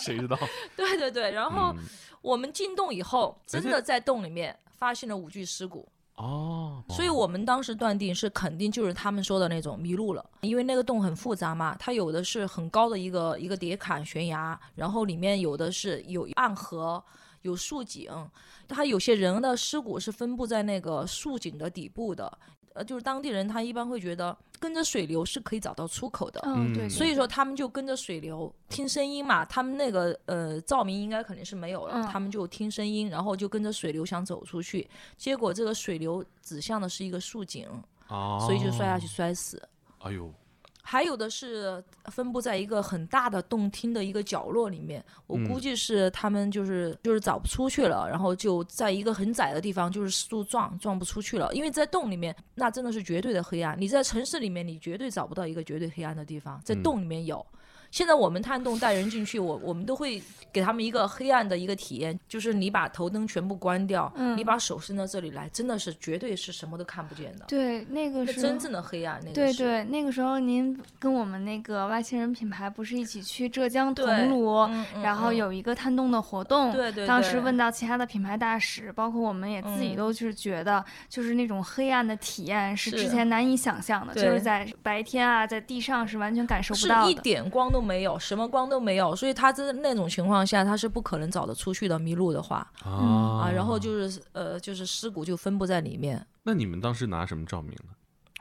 [SPEAKER 5] 谁知道？
[SPEAKER 4] 对对对，然后
[SPEAKER 5] 嗯
[SPEAKER 4] 我们进洞以后，真
[SPEAKER 5] 那
[SPEAKER 4] 的在洞里面发现了五具尸骨。
[SPEAKER 5] 哦，
[SPEAKER 4] 所以我们当时断定是肯定就是他们说的那种迷路了，因为那个洞很复杂嘛，它有的是很高的一个一个叠坎悬崖，然后里面有的是有暗河。有树井，它有些人的尸骨是分布在那个树井的底部的，呃，就是当地人他一般会觉得跟着水流是可以找到出口的，
[SPEAKER 6] 嗯，对，
[SPEAKER 5] 嗯
[SPEAKER 4] 所以说他们就跟着水流听声音嘛，他们那个呃照明应该肯定是没有了，
[SPEAKER 6] 嗯
[SPEAKER 4] 他们就听声音，然后就跟着水流想走出去，结果这个水流指向的是一个树井，
[SPEAKER 5] 哦，
[SPEAKER 4] 所以就摔下去。摔死。
[SPEAKER 5] 哎呦，
[SPEAKER 4] 还有的是分布在一个很大的洞厅的一个角落里面，我
[SPEAKER 5] 嗯
[SPEAKER 4] 估计是他们就是、就是找不出去了，然后就在一个很窄的地方就是树撞撞不出去了，因为在洞里面那真的是绝对的黑暗，你在城市里面你绝对找不到一个绝对黑暗的地方，在
[SPEAKER 5] 嗯
[SPEAKER 4] 洞里面有。现在我们探洞带人进去，我我们都会给他们一个黑暗的一个体验，就是你把头灯全部关掉，
[SPEAKER 6] 嗯
[SPEAKER 4] 你把手伸到这里来，真的是绝对是什么都看不见的，
[SPEAKER 6] 对，那个
[SPEAKER 4] 那
[SPEAKER 6] 是
[SPEAKER 4] 真正的黑暗，那个
[SPEAKER 6] 对
[SPEAKER 4] 是
[SPEAKER 6] 对，那个时候您跟我们那个外星人品牌不是一起去浙江
[SPEAKER 4] 对
[SPEAKER 6] 桐庐，
[SPEAKER 4] 嗯嗯
[SPEAKER 6] 然后
[SPEAKER 4] 嗯
[SPEAKER 6] 有一个探洞的活动。
[SPEAKER 4] 对对
[SPEAKER 6] 当时
[SPEAKER 4] 对
[SPEAKER 6] 问到其他的品牌大使，包括我们也自己
[SPEAKER 4] 嗯
[SPEAKER 6] 都是觉得，就是那种黑暗的体验是之
[SPEAKER 4] 是
[SPEAKER 6] 前难以想象的，就是
[SPEAKER 4] 对
[SPEAKER 6] 在白天啊，在地上是完全感受不
[SPEAKER 4] 是
[SPEAKER 6] 到
[SPEAKER 4] 一
[SPEAKER 6] 的。
[SPEAKER 4] 点光都没有，什么光都没有，所以他在那种情况下，他是不可能找得出去的。迷路的话
[SPEAKER 5] 啊
[SPEAKER 4] 啊，然后就是呃，就是尸骨就分布在里面。
[SPEAKER 5] 那你们当时拿什么照明呢？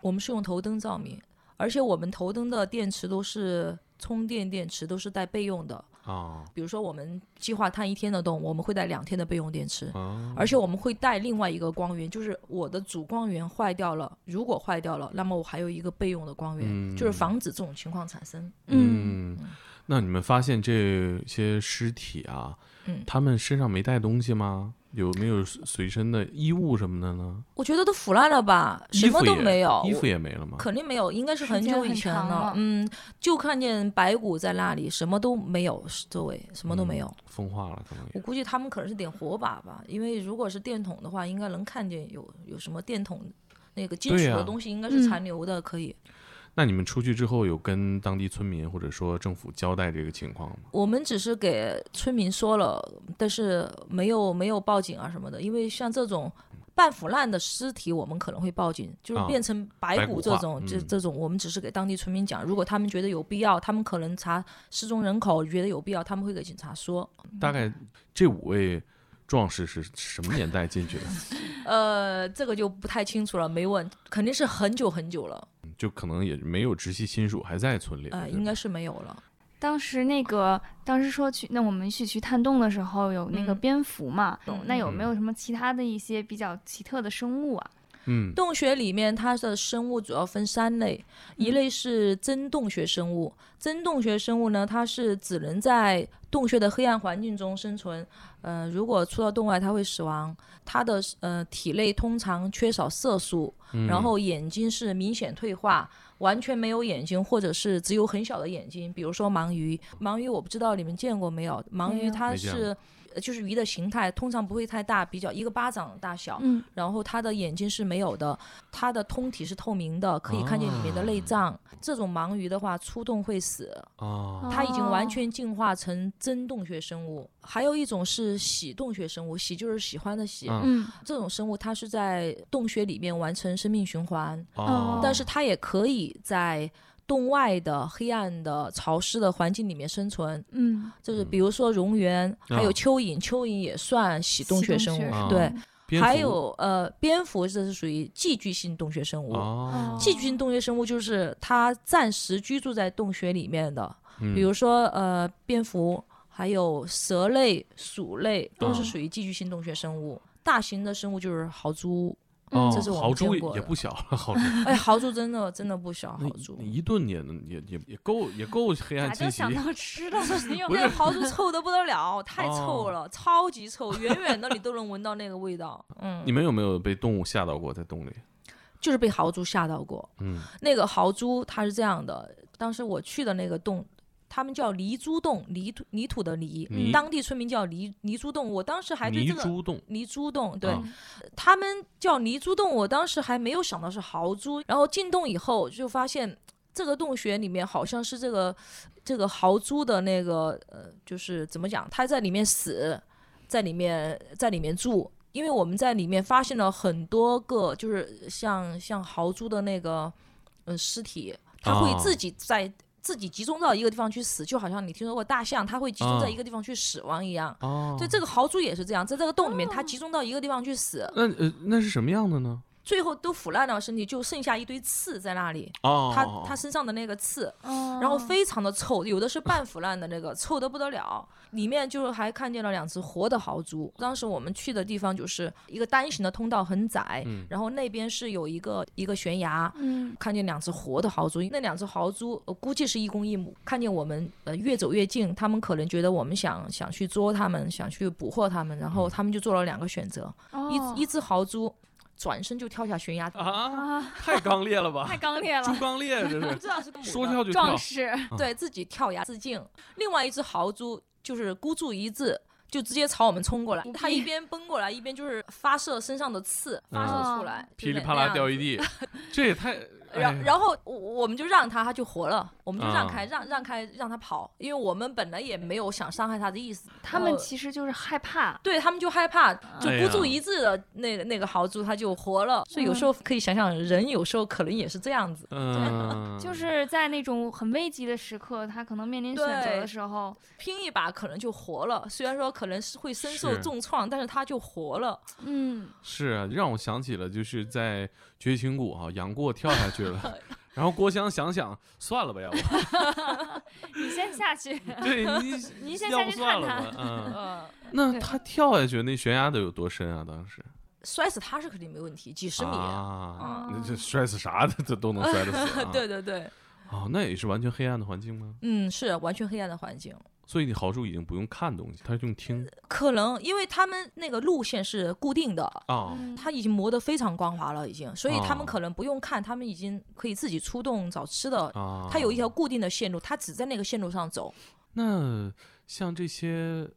[SPEAKER 4] 我们是用头灯照明，而且我们头灯的电池都是充电电池，都是带备用的。
[SPEAKER 5] 啊
[SPEAKER 4] 比如说我们计划探一天的洞，我们会带两天的备用电池。
[SPEAKER 5] 啊，
[SPEAKER 4] 而且我们会带另外一个光源，就是我的主光源坏掉了，如果坏掉了，那么我还有一个备用的光源，就是
[SPEAKER 5] 嗯
[SPEAKER 4] 防止这种情况产生。
[SPEAKER 6] 嗯，
[SPEAKER 5] 嗯，那你们发现这些尸体啊，
[SPEAKER 4] 嗯
[SPEAKER 5] 他们身上没带东西吗？有没有随随身的衣物什么的呢？
[SPEAKER 4] 我觉得都腐烂了吧，什
[SPEAKER 5] 衣
[SPEAKER 4] 么
[SPEAKER 5] 服
[SPEAKER 4] 都
[SPEAKER 5] 也
[SPEAKER 4] 没有，
[SPEAKER 5] 衣服也没了吗？
[SPEAKER 4] 肯定没有，应该是
[SPEAKER 6] 时
[SPEAKER 4] 很
[SPEAKER 6] 间
[SPEAKER 4] 久以
[SPEAKER 6] 很
[SPEAKER 4] 前
[SPEAKER 6] 长
[SPEAKER 4] 了
[SPEAKER 6] 了。
[SPEAKER 4] 嗯，就看见白骨在那里，什么都没有，周围什么都没有。
[SPEAKER 5] 嗯风化了，可能
[SPEAKER 4] 我
[SPEAKER 5] 也。
[SPEAKER 4] 估计他们可能是点火把吧，因为如果是电筒的话，应该能看见有有什么电筒那个金
[SPEAKER 5] 对啊
[SPEAKER 4] 属的
[SPEAKER 5] 呀
[SPEAKER 4] 东西，应该
[SPEAKER 6] 嗯
[SPEAKER 4] 是残留的，可以。
[SPEAKER 5] 那你们出去之后有跟当地村民或者说政府交代这个情况吗？
[SPEAKER 4] 我们只是给村民说了，但是没有没有报警啊什么的，因为像这种半腐烂的尸体，我们可能会报警，就是
[SPEAKER 5] 啊
[SPEAKER 4] 变成白
[SPEAKER 5] 白
[SPEAKER 4] 骨
[SPEAKER 5] 骨
[SPEAKER 4] 这
[SPEAKER 5] 化
[SPEAKER 4] 种，这
[SPEAKER 5] 嗯
[SPEAKER 4] 这种我们只是给当地村民讲，如果他们觉得有必要，他们可能查失踪人口觉得有必要，他们会给警察说。
[SPEAKER 5] 大概这五位壮士是什么年代进去的？
[SPEAKER 4] 呃，这个就不太清楚了，没问，肯定是很久很久了，
[SPEAKER 5] 就可能也没有直系亲属还在村里。
[SPEAKER 4] 呃，
[SPEAKER 5] 对吧
[SPEAKER 4] 应该是没有了。
[SPEAKER 6] 当时那个，当时说去，那我们一起去探洞的时候有那个
[SPEAKER 4] 嗯
[SPEAKER 6] 蝙蝠嘛，
[SPEAKER 4] 嗯
[SPEAKER 6] 那有没
[SPEAKER 5] 嗯
[SPEAKER 6] 有什么其他的一些比较奇特的生物啊？
[SPEAKER 5] 嗯，
[SPEAKER 4] 洞穴里面它的生物主要分三类，一类是真洞穴生物，真洞穴生物呢，它是只能在洞穴的黑暗环境中生存，呃，如果出到洞外，它会死亡。它的呃体内通常缺少色素，
[SPEAKER 5] 嗯
[SPEAKER 4] 然后眼睛是明显退化，完全没有眼睛，或者是只有很小的眼睛，比如说盲鱼。盲鱼我不知道你们见过没有，盲
[SPEAKER 6] 没
[SPEAKER 4] 鱼
[SPEAKER 6] 有
[SPEAKER 4] 它
[SPEAKER 5] 没见
[SPEAKER 4] 是。呃就是鱼的形态通常不会太大，比较一个巴掌大小，
[SPEAKER 6] 嗯，
[SPEAKER 4] 然后它的眼睛是没有的，它的通体是透明的，可以看见里面的内
[SPEAKER 5] 哦
[SPEAKER 4] 脏。这种盲鱼的话，出洞会死，
[SPEAKER 5] 啊，
[SPEAKER 4] 它已经
[SPEAKER 6] 哦
[SPEAKER 4] 完全进化成真洞穴生物。还有一种是喜洞穴生物，喜就是喜欢的喜，
[SPEAKER 5] 嗯
[SPEAKER 6] 嗯，
[SPEAKER 4] 这种生物它是在洞穴里面完成生命循环，
[SPEAKER 5] 哦，
[SPEAKER 4] 但是它也可以在。洞外的黑暗的潮湿的环境里面生存，
[SPEAKER 6] 嗯，
[SPEAKER 4] 就是比如说蝾螈，还
[SPEAKER 5] 啊
[SPEAKER 4] 有蚯蚓，蚯蚓也算喜洞
[SPEAKER 6] 喜
[SPEAKER 4] 穴
[SPEAKER 6] 洞
[SPEAKER 4] 生
[SPEAKER 6] 穴
[SPEAKER 4] 物，
[SPEAKER 5] 生物
[SPEAKER 4] 对，
[SPEAKER 5] 啊蝙
[SPEAKER 4] 还
[SPEAKER 5] 蝠
[SPEAKER 4] 有呃，蝙蝠这是属于寄居性洞穴生物。
[SPEAKER 5] 哦，
[SPEAKER 4] 寄居性洞穴生物就是它暂时居住在洞穴里面的，
[SPEAKER 5] 嗯
[SPEAKER 4] 比如说呃，蝙蝠，还有蛇类、鼠类都是
[SPEAKER 5] 哦
[SPEAKER 4] 属于寄居性洞穴生物。大型的生物就是豪猪，
[SPEAKER 5] 哦
[SPEAKER 4] 嗯这是我们
[SPEAKER 5] 豪
[SPEAKER 4] 见
[SPEAKER 5] 猪
[SPEAKER 4] 过
[SPEAKER 5] 也
[SPEAKER 4] 的
[SPEAKER 5] 不小了，豪猪
[SPEAKER 4] 哎，豪猪真的真的不小，
[SPEAKER 5] 那
[SPEAKER 4] 豪猪。
[SPEAKER 5] 一顿也能也也也够也够黑暗
[SPEAKER 6] 咋
[SPEAKER 5] 气
[SPEAKER 6] 就
[SPEAKER 5] 息，
[SPEAKER 6] 想到吃的了？没有
[SPEAKER 4] 那个豪猪臭的不得了，太
[SPEAKER 5] 哦
[SPEAKER 4] 臭了，超级臭，远远的你都能闻到那个 味道。嗯，
[SPEAKER 5] 你们有没有被动物吓到过？在洞里？
[SPEAKER 4] 就是被豪猪吓到过。
[SPEAKER 5] 嗯，
[SPEAKER 4] 那个豪猪它是这样的，当时我去的那个洞，他们叫泥猪洞，泥土泥土的泥，
[SPEAKER 5] 泥
[SPEAKER 4] 当地村民叫泥泥猪洞。我当时 还对
[SPEAKER 5] 泥
[SPEAKER 4] 这个
[SPEAKER 5] 猪洞
[SPEAKER 4] 泥猪洞，对、
[SPEAKER 5] 啊
[SPEAKER 4] 他们叫泥猪洞，我当时还没有想到是豪猪。然后进洞以后就发现。这个洞穴里面好像是这个这个豪猪的那个呃，就是怎么讲，它在里面死，在里面在里面住，因为我们在里面发现了很多个，就是像像豪猪的那个呃尸体，它会
[SPEAKER 5] 哦
[SPEAKER 4] 自己在、自己集中到一个地方去死，就好像你听说过大象，它会集中在
[SPEAKER 5] 哦
[SPEAKER 4] 一个地方去死亡一样。
[SPEAKER 5] 哦，
[SPEAKER 4] 对，这个豪猪也是这样，在这个洞里面，它集中到一个地方去死，
[SPEAKER 5] 那呃那是什么样的呢？
[SPEAKER 4] 最后都腐烂了，身体就剩下一堆刺在那里。
[SPEAKER 5] 哦，
[SPEAKER 4] 它它身上的那个刺，
[SPEAKER 6] 哦
[SPEAKER 4] 然后非常的臭，有的是半腐烂的那个，臭得不得了。里面就是还看见了两只活的豪猪。当时我们去的地方就是一个单行的通道，很窄，
[SPEAKER 5] 嗯
[SPEAKER 4] 然后那边是有一个一个悬崖。
[SPEAKER 6] 嗯，
[SPEAKER 4] 看见两只活的豪猪，那两只豪猪、呃估计是一公一母。看见我们呃越走越近，他们可能觉得我们想想去捉他们，想去捕获他们，然
[SPEAKER 5] 嗯
[SPEAKER 4] 后他们就做了两个选择：一一
[SPEAKER 6] 一
[SPEAKER 4] 只豪猪转身就跳下悬崖，
[SPEAKER 5] 啊，
[SPEAKER 6] 啊，
[SPEAKER 5] 太刚烈了吧
[SPEAKER 6] 太？刚烈
[SPEAKER 5] 猪
[SPEAKER 6] 了，
[SPEAKER 5] 刚烈 这
[SPEAKER 4] 不
[SPEAKER 5] 是，
[SPEAKER 4] 知道是个母
[SPEAKER 5] 说
[SPEAKER 4] 的
[SPEAKER 5] 跳就跳
[SPEAKER 6] 壮，士，
[SPEAKER 4] 对自己跳崖自尽。另外一只豪猪就是孤注一掷，就直接朝我们冲过来
[SPEAKER 6] 不，必
[SPEAKER 4] 它一边奔过来，一边就是发射身上的刺，发射出来，
[SPEAKER 5] 嗯噼里啪啦掉一
[SPEAKER 4] 地。
[SPEAKER 5] 地，这也太哎
[SPEAKER 4] 然然后我我们就让他，他就活了，我们就让
[SPEAKER 5] 啊
[SPEAKER 4] 开，让让开，让他跑，因为我们本来也没有想伤害他的意思。
[SPEAKER 6] 他
[SPEAKER 4] 然
[SPEAKER 6] 们
[SPEAKER 4] 后
[SPEAKER 6] 其实就是害怕，
[SPEAKER 4] 对他们就害怕，就
[SPEAKER 5] 哎
[SPEAKER 4] 孤
[SPEAKER 5] 呀
[SPEAKER 4] 注一掷的那个那个豪猪，他就活了。所以有时候可以想想，人有时候可能也是这样子。
[SPEAKER 5] 嗯，
[SPEAKER 6] 就是在那种很危急的时刻，他可能面临选择的
[SPEAKER 4] 对
[SPEAKER 6] 时候，嗯
[SPEAKER 4] 拼一把可能就活了，虽然说可能是会身受
[SPEAKER 5] 是
[SPEAKER 4] 重创，但是他就活了。
[SPEAKER 6] 嗯，
[SPEAKER 5] 是啊，让我想起了就是在绝情谷哈、杨过跳下去 了。然后郭襄想想，算了吧，要不
[SPEAKER 6] 你先下去，
[SPEAKER 5] 对 你，
[SPEAKER 6] 您先
[SPEAKER 5] 要
[SPEAKER 6] 下
[SPEAKER 5] 不
[SPEAKER 6] 去
[SPEAKER 5] 算
[SPEAKER 6] 看
[SPEAKER 5] 了吧，
[SPEAKER 6] 看
[SPEAKER 5] 嗯。
[SPEAKER 4] 呃，
[SPEAKER 5] 那
[SPEAKER 6] 对
[SPEAKER 5] 他跳下去那悬崖得有多深啊？当时
[SPEAKER 4] 摔死他是肯定没问题，几十米。哦
[SPEAKER 5] 啊，那
[SPEAKER 6] 嗯
[SPEAKER 5] 这摔死啥的，这都能摔得死、啊
[SPEAKER 4] 。对对对，
[SPEAKER 5] 哦，那也是完全黑暗的环境吗？
[SPEAKER 4] 嗯，是完全黑暗的环境。
[SPEAKER 5] 所以你豪叔已经不用看东西，他用听
[SPEAKER 4] 可能因为他们那个路线是固定的，
[SPEAKER 5] 啊。
[SPEAKER 6] 嗯
[SPEAKER 4] 它已经磨得非常光滑了，已经，所以他
[SPEAKER 5] 哦
[SPEAKER 4] 们可能不用看，他们已经可以自己出动找吃的。
[SPEAKER 5] 啊，
[SPEAKER 4] 它有一条固定的线路，它只在那个线路上走。
[SPEAKER 5] 那像这些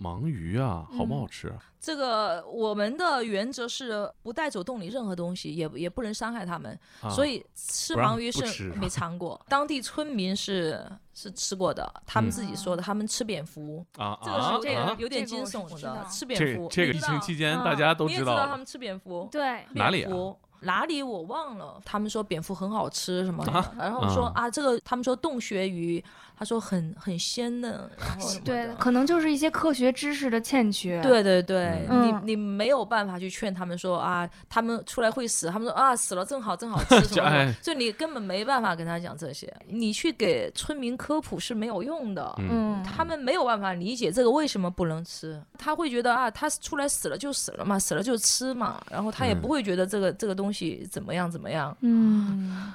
[SPEAKER 5] 盲鱼啊，好不
[SPEAKER 4] 嗯
[SPEAKER 5] 好吃啊？
[SPEAKER 4] 这个我们的原则是不带走洞里任何东西，也也不能伤害他们，
[SPEAKER 5] 啊
[SPEAKER 4] 所以吃
[SPEAKER 5] 不让
[SPEAKER 4] 盲鱼
[SPEAKER 5] 不
[SPEAKER 4] 是
[SPEAKER 5] 吃
[SPEAKER 4] 没尝过。当地村民是是吃过的，他们
[SPEAKER 5] 嗯
[SPEAKER 4] 自己说的，他们吃蝙蝠，
[SPEAKER 5] 啊
[SPEAKER 4] 这个
[SPEAKER 5] 啊
[SPEAKER 4] 是有点、
[SPEAKER 5] 啊！
[SPEAKER 4] 有点
[SPEAKER 6] 这个
[SPEAKER 4] 惊
[SPEAKER 6] 我是
[SPEAKER 4] 悚
[SPEAKER 6] 知
[SPEAKER 4] 的，
[SPEAKER 6] 道
[SPEAKER 4] 吃
[SPEAKER 5] 这
[SPEAKER 4] 蝙蝠。
[SPEAKER 5] 这个
[SPEAKER 4] 你
[SPEAKER 5] 疫
[SPEAKER 4] 知道
[SPEAKER 5] 情期间
[SPEAKER 6] 嗯
[SPEAKER 5] 大家都
[SPEAKER 4] 你也知
[SPEAKER 5] 道
[SPEAKER 4] 道他
[SPEAKER 5] 了
[SPEAKER 4] 们吃蝙蝠，
[SPEAKER 6] 对，
[SPEAKER 5] 哪里
[SPEAKER 4] 蝙
[SPEAKER 5] 啊？
[SPEAKER 4] 蝠哪里我忘了，他们说蝙蝠很好吃什么的，
[SPEAKER 5] 啊
[SPEAKER 4] 然后我说
[SPEAKER 5] 啊
[SPEAKER 4] 啊这个他们说洞穴鱼，他说很很鲜嫩，然后什么
[SPEAKER 6] 对，
[SPEAKER 4] 的
[SPEAKER 6] 可能就是一些科学知识的欠缺。，
[SPEAKER 4] 对对对，
[SPEAKER 6] 嗯
[SPEAKER 4] 你你没有办法去劝他们说啊，他们出来会死，他们说啊死了正好正好吃什么
[SPEAKER 5] 这
[SPEAKER 4] 什
[SPEAKER 5] 哎
[SPEAKER 4] 么，就你根本没办法跟他讲这些，你去给村民科普是没有用的，
[SPEAKER 6] 嗯，
[SPEAKER 4] 他们没有办法理解这个为什么不能吃，他会觉得啊，他出来死了就死了嘛，死了就吃嘛，然后他也
[SPEAKER 5] 嗯
[SPEAKER 4] 不会觉得这个、这个东西怎么样怎么样。
[SPEAKER 6] 嗯，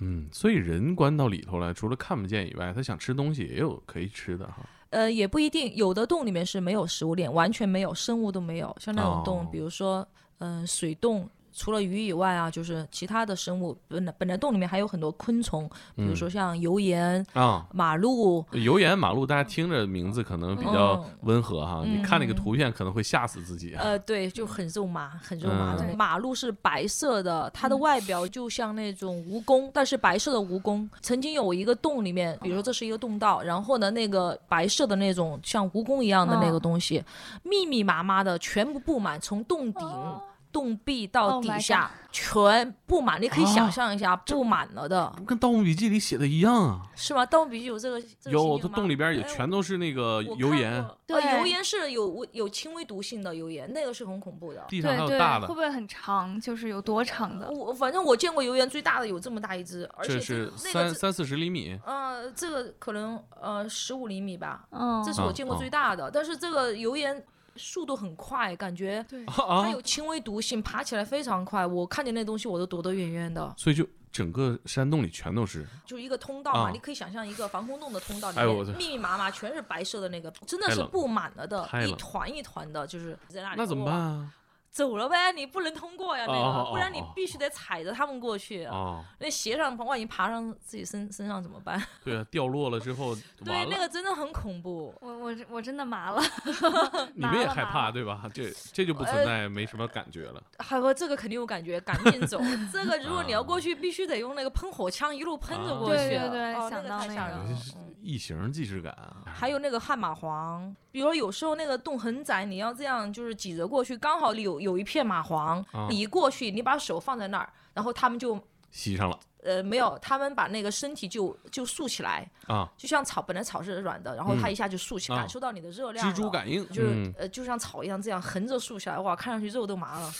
[SPEAKER 5] 嗯，所以人关到里头来，除了看不见以外，他想吃东西也有可以吃的哈。
[SPEAKER 4] 呃，也不一定，有的洞里面是没有食物链，完全没有生物都没有。像那种洞，
[SPEAKER 5] 哦
[SPEAKER 4] 比如说，嗯、水洞，除了鱼以外啊，就是其他的生物。本来本来洞里面还有很多昆虫，比如说像油盐、
[SPEAKER 5] 啊，
[SPEAKER 4] 马路，
[SPEAKER 5] 油盐马路，大家听着名字可能比较
[SPEAKER 4] 嗯
[SPEAKER 5] 温和哈，你看那个图片可能会吓死自己啊。
[SPEAKER 4] 呃，对，就很肉麻，很肉麻的。
[SPEAKER 6] 嗯
[SPEAKER 4] 马路是白色的，它的外表就像那种蜈蚣，但是白色的蜈蚣。曾经有一个洞里面，比如说这是一个洞道，然后呢，那个白色的那种像蜈蚣一样的那
[SPEAKER 6] 嗯
[SPEAKER 4] 个东西，密密麻麻的全部布满，从洞顶。洞壁到
[SPEAKER 6] 哦 Oh my
[SPEAKER 4] 底下、全布满，你可以
[SPEAKER 5] 哦
[SPEAKER 4] 想象一下，布满了的
[SPEAKER 5] 不跟《盗墓笔记》里写的一样啊，
[SPEAKER 4] 是吗？盗墓笔记有这个这个
[SPEAKER 5] 有
[SPEAKER 4] 情
[SPEAKER 5] 它
[SPEAKER 4] 景吗
[SPEAKER 5] 洞里边也
[SPEAKER 4] 哎
[SPEAKER 5] 全都是那个
[SPEAKER 4] 我
[SPEAKER 5] 油
[SPEAKER 4] 看
[SPEAKER 5] 盐，
[SPEAKER 4] 过
[SPEAKER 6] 对
[SPEAKER 4] 呃油盐是有有轻微毒性的油盐，那个是很恐怖的。
[SPEAKER 5] 地上
[SPEAKER 6] 对
[SPEAKER 5] 还有
[SPEAKER 6] 对，
[SPEAKER 5] 大
[SPEAKER 6] 会
[SPEAKER 5] 的
[SPEAKER 6] 不，会很长？就是有多长的？
[SPEAKER 4] 我反正我见过油盐最大的有这么大一只，而
[SPEAKER 5] 这
[SPEAKER 4] 且这
[SPEAKER 5] 是
[SPEAKER 4] 个那
[SPEAKER 5] 三
[SPEAKER 4] 个这
[SPEAKER 5] 三四十厘米。
[SPEAKER 4] 呃这个可能呃十五厘米吧，
[SPEAKER 6] 嗯，
[SPEAKER 4] 这是我见过最大的。但是这个油盐速度很快，感觉
[SPEAKER 6] 对
[SPEAKER 4] 嗯它
[SPEAKER 5] 啊，
[SPEAKER 4] 有轻微毒性，爬起来非常快。我看见那东西我都躲得远远的，
[SPEAKER 5] 所以就整个山洞里全都是，
[SPEAKER 4] 就一个通道嘛，
[SPEAKER 5] 啊
[SPEAKER 4] 你可以想象一个防空洞的通道里
[SPEAKER 5] 哎呦我的
[SPEAKER 4] 面密密麻麻全是白色的那个，真的
[SPEAKER 5] 太
[SPEAKER 4] 是
[SPEAKER 5] 冷
[SPEAKER 4] 布满了的
[SPEAKER 5] 太，
[SPEAKER 4] 一
[SPEAKER 5] 冷
[SPEAKER 4] 团一团的，就是在那里。
[SPEAKER 5] 那怎么办？啊？
[SPEAKER 4] 走了呗，你不能通过呀，那
[SPEAKER 5] 哦哦
[SPEAKER 4] 个，
[SPEAKER 5] 哦
[SPEAKER 4] 不然你
[SPEAKER 5] 哦
[SPEAKER 4] 必须得踩着他们过去。啊
[SPEAKER 5] 哦，
[SPEAKER 4] 那鞋上万一爬上自己身身上怎么办？
[SPEAKER 5] 对啊，掉落了之后
[SPEAKER 4] 对，
[SPEAKER 5] 完
[SPEAKER 4] 那
[SPEAKER 5] 了，
[SPEAKER 4] 个真的很恐怖。
[SPEAKER 6] 我我我真的麻了，
[SPEAKER 5] 你们也
[SPEAKER 6] 麻了
[SPEAKER 5] 害
[SPEAKER 6] 麻
[SPEAKER 5] 怕
[SPEAKER 6] 了
[SPEAKER 5] 对吧？这这就不
[SPEAKER 4] 呃
[SPEAKER 5] 存在没什么感觉了。
[SPEAKER 4] 海哥，这个肯定有感觉，赶紧 走。这个如果
[SPEAKER 5] 啊
[SPEAKER 4] 你要过去，必须得用那个喷火枪一路喷着过去。
[SPEAKER 6] 对对对
[SPEAKER 4] 哦，那
[SPEAKER 6] 想
[SPEAKER 4] 个
[SPEAKER 6] 到
[SPEAKER 4] 太
[SPEAKER 6] 那
[SPEAKER 4] 吓
[SPEAKER 6] 个
[SPEAKER 4] 人
[SPEAKER 5] 有
[SPEAKER 4] 了
[SPEAKER 5] 些。是
[SPEAKER 4] 嗯
[SPEAKER 5] 异形既视感啊，
[SPEAKER 4] 还有那个悍马黄，比如有时候那个洞很窄，你要这样就是挤着过去，刚好有有一片蚂蟥
[SPEAKER 5] 啊，
[SPEAKER 4] 你一过去，你把手放在那儿，然后他们就
[SPEAKER 5] 吸上了
[SPEAKER 4] 呃没有，他们把那个身体就就竖起来，
[SPEAKER 5] 啊，
[SPEAKER 4] 就像草本来草是软的，然后它
[SPEAKER 5] 嗯
[SPEAKER 4] 一下就竖起，
[SPEAKER 5] 啊
[SPEAKER 4] 感受到你的热量了，
[SPEAKER 5] 蜘蛛感应
[SPEAKER 4] 就是、
[SPEAKER 5] 嗯
[SPEAKER 4] 呃，就像草一样这样横着竖起来，哇，看上去肉都麻了。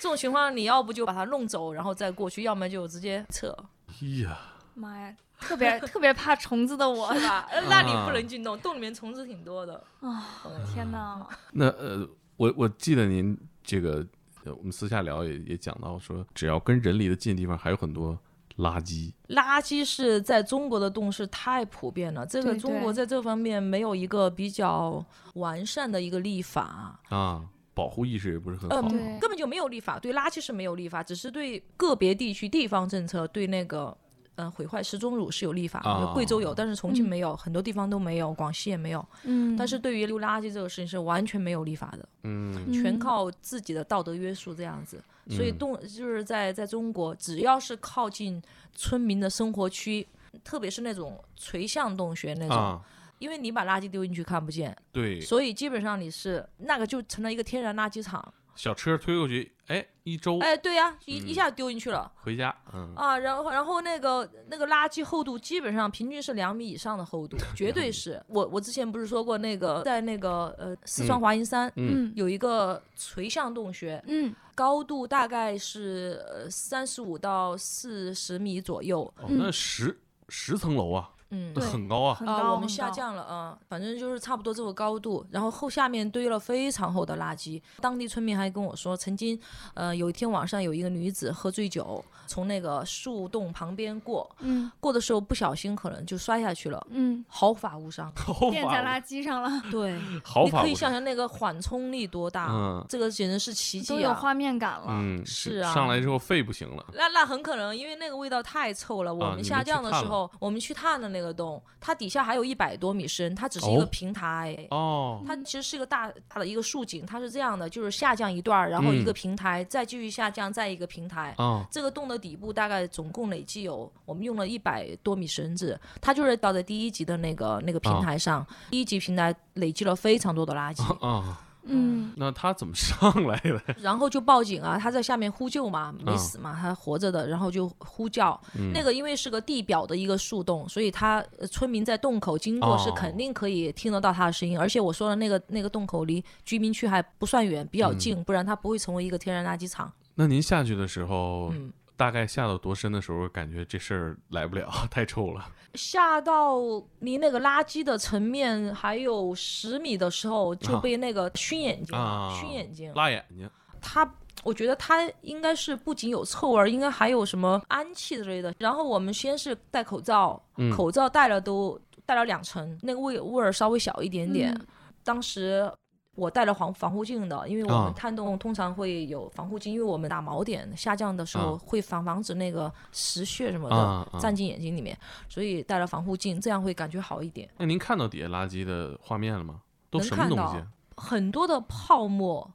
[SPEAKER 4] 这种情况，你要不就把它弄走，然后再过去，要么就直接撤，
[SPEAKER 5] 哎呀，
[SPEAKER 6] 妈呀，特别特别怕虫子的我
[SPEAKER 4] 是吧？呃那你不能进洞，洞里面虫子挺多的。
[SPEAKER 6] 啊！天哪，
[SPEAKER 5] 那呃，我我记得您这个，呃我们私下聊也也讲到说，只要跟人离得近的地方，还有很多垃圾。
[SPEAKER 4] 垃圾是在中国的洞是太普遍了，这个
[SPEAKER 6] 对
[SPEAKER 4] 中国
[SPEAKER 6] 对
[SPEAKER 4] 在这方面没有一个比较完善的一个立法，
[SPEAKER 5] 啊，保护意识也不是很好。
[SPEAKER 4] 嗯
[SPEAKER 6] 对
[SPEAKER 4] 根本就没有立法，对垃圾是没有立法，只是对个别地区地方政策对那个。呃，毁坏食中乳是有立法，
[SPEAKER 5] 啊
[SPEAKER 4] 贵州有，但是重庆没有，很多地方都没有，广西也没有。
[SPEAKER 6] 嗯，
[SPEAKER 4] 但是对于丢垃圾这个事情是完全没有立法的，
[SPEAKER 5] 嗯，
[SPEAKER 4] 全
[SPEAKER 6] 嗯
[SPEAKER 4] 靠自己的道德约束这样子。所以
[SPEAKER 5] 嗯
[SPEAKER 4] 动就是在在中国，只要是靠近村民的生活区，特别是那种垂向洞穴那种，
[SPEAKER 5] 啊，
[SPEAKER 4] 因为你把垃圾丢进去看不见，
[SPEAKER 5] 对，
[SPEAKER 4] 所以基本上你是那个就成了一个天然垃圾场。
[SPEAKER 5] 小车推过去，哎，一周
[SPEAKER 4] 哎，对呀、一
[SPEAKER 5] 嗯
[SPEAKER 4] 一下丢进去了。
[SPEAKER 5] 回家，嗯，
[SPEAKER 4] 啊，然后然后那个那个垃圾厚度基本上平均是两米以上的厚度，绝对是。我我之前不是说过那个在那个呃四川
[SPEAKER 5] 嗯
[SPEAKER 4] 华阴山，
[SPEAKER 5] 嗯
[SPEAKER 4] 有一个垂向洞穴，
[SPEAKER 6] 嗯
[SPEAKER 4] 高度大概是呃三十五到四十米左右。
[SPEAKER 5] 哦，那十十层楼啊，
[SPEAKER 4] 嗯
[SPEAKER 5] 那，很高啊，
[SPEAKER 6] 很高，
[SPEAKER 4] 啊、我们
[SPEAKER 6] 很
[SPEAKER 4] 下
[SPEAKER 6] 高。
[SPEAKER 4] 降了啊、反正就是差不多这个高度，然后后下面堆了非常厚的垃圾。当地村民还跟我说，曾经，呃，有一天晚上有一个女子喝醉酒，从那个树洞旁边过，
[SPEAKER 6] 嗯
[SPEAKER 4] 过的时候不小心可能就摔下去了，
[SPEAKER 6] 嗯，
[SPEAKER 4] 毫发无伤。
[SPEAKER 5] 毫
[SPEAKER 6] 垫在
[SPEAKER 5] 发
[SPEAKER 6] 垃圾上了，
[SPEAKER 4] 对，
[SPEAKER 5] 毫
[SPEAKER 4] 你
[SPEAKER 5] 发
[SPEAKER 4] 可
[SPEAKER 5] 无
[SPEAKER 4] 以想
[SPEAKER 5] 伤。
[SPEAKER 4] 象那个缓冲力多大，
[SPEAKER 5] 嗯
[SPEAKER 4] 这个简直是奇
[SPEAKER 6] 都
[SPEAKER 4] 迹
[SPEAKER 6] 有
[SPEAKER 4] 啊！
[SPEAKER 6] 画面感了。
[SPEAKER 5] 嗯，
[SPEAKER 4] 是啊
[SPEAKER 5] 上来之后肺不行了，
[SPEAKER 4] 那那很可能，因为那个味道太臭了。我
[SPEAKER 5] 啊你们
[SPEAKER 4] 们下
[SPEAKER 5] 去
[SPEAKER 4] 降的
[SPEAKER 5] 探
[SPEAKER 4] 时
[SPEAKER 5] 了
[SPEAKER 4] 候，我们去探了那个洞，它底下还有一百多米深，它只是一个
[SPEAKER 5] 哦
[SPEAKER 4] 平台。
[SPEAKER 5] 哦，
[SPEAKER 6] 嗯
[SPEAKER 4] 它其嗯实是一个大大的一个竖井，它是这样的，就是下降一段儿，然后一
[SPEAKER 5] 嗯
[SPEAKER 4] 个平台，再继续下降，再一个平台。
[SPEAKER 5] 哦，
[SPEAKER 4] 这个洞的底部大概总共累计有，我们用了一百多米绳子，它就是倒在第一级的那个那个平台上，第一级平台累积了非常多的垃圾，
[SPEAKER 5] 哦哦，
[SPEAKER 6] 嗯，
[SPEAKER 5] 那他怎么上来的？
[SPEAKER 4] 然后就报警啊，他在下面呼救嘛，
[SPEAKER 5] 嗯
[SPEAKER 4] 没死嘛，他活着的，然后就呼叫。那个因为是个地表的一个树洞，所以他呃村民在洞口经过是
[SPEAKER 5] 哦
[SPEAKER 4] 肯定可以听得到他的声音，而且我说的那个那个洞口离居民区还不算远，
[SPEAKER 5] 嗯
[SPEAKER 4] 比较近，不然它不会成为一个天然垃圾场。
[SPEAKER 5] 那您下去的时候，
[SPEAKER 4] 嗯
[SPEAKER 5] 大概下到多深的时候，感觉这事儿来不了， 太臭了。
[SPEAKER 4] 下到离那个垃圾的层面还有十米的时候，就
[SPEAKER 5] 啊
[SPEAKER 4] 被那个熏眼睛了，
[SPEAKER 5] 啊，
[SPEAKER 4] 熏哎眼睛。
[SPEAKER 5] 辣眼睛，
[SPEAKER 4] 它，我觉得它应该是不仅有臭味儿，应该还有什么氨气之类的。然后我们先是戴口罩，
[SPEAKER 5] 嗯
[SPEAKER 4] 口罩戴了都戴了两层，那个味味儿稍微小一点点。
[SPEAKER 6] 嗯
[SPEAKER 4] 当时。我戴了防防护镜的，因为我
[SPEAKER 5] 啊
[SPEAKER 4] 们探洞通常会有防护镜，因为我们打锚点下降的时候
[SPEAKER 5] 啊
[SPEAKER 4] 会防防止那个石屑什么的、
[SPEAKER 5] 啊啊
[SPEAKER 4] 站进眼睛里面，所以戴了防护镜，这样会感觉好一点。
[SPEAKER 5] 那您看到底下垃圾的画面了吗？都
[SPEAKER 4] 能
[SPEAKER 5] 什么东
[SPEAKER 4] 看
[SPEAKER 5] 西啊
[SPEAKER 4] 到？很多的泡沫，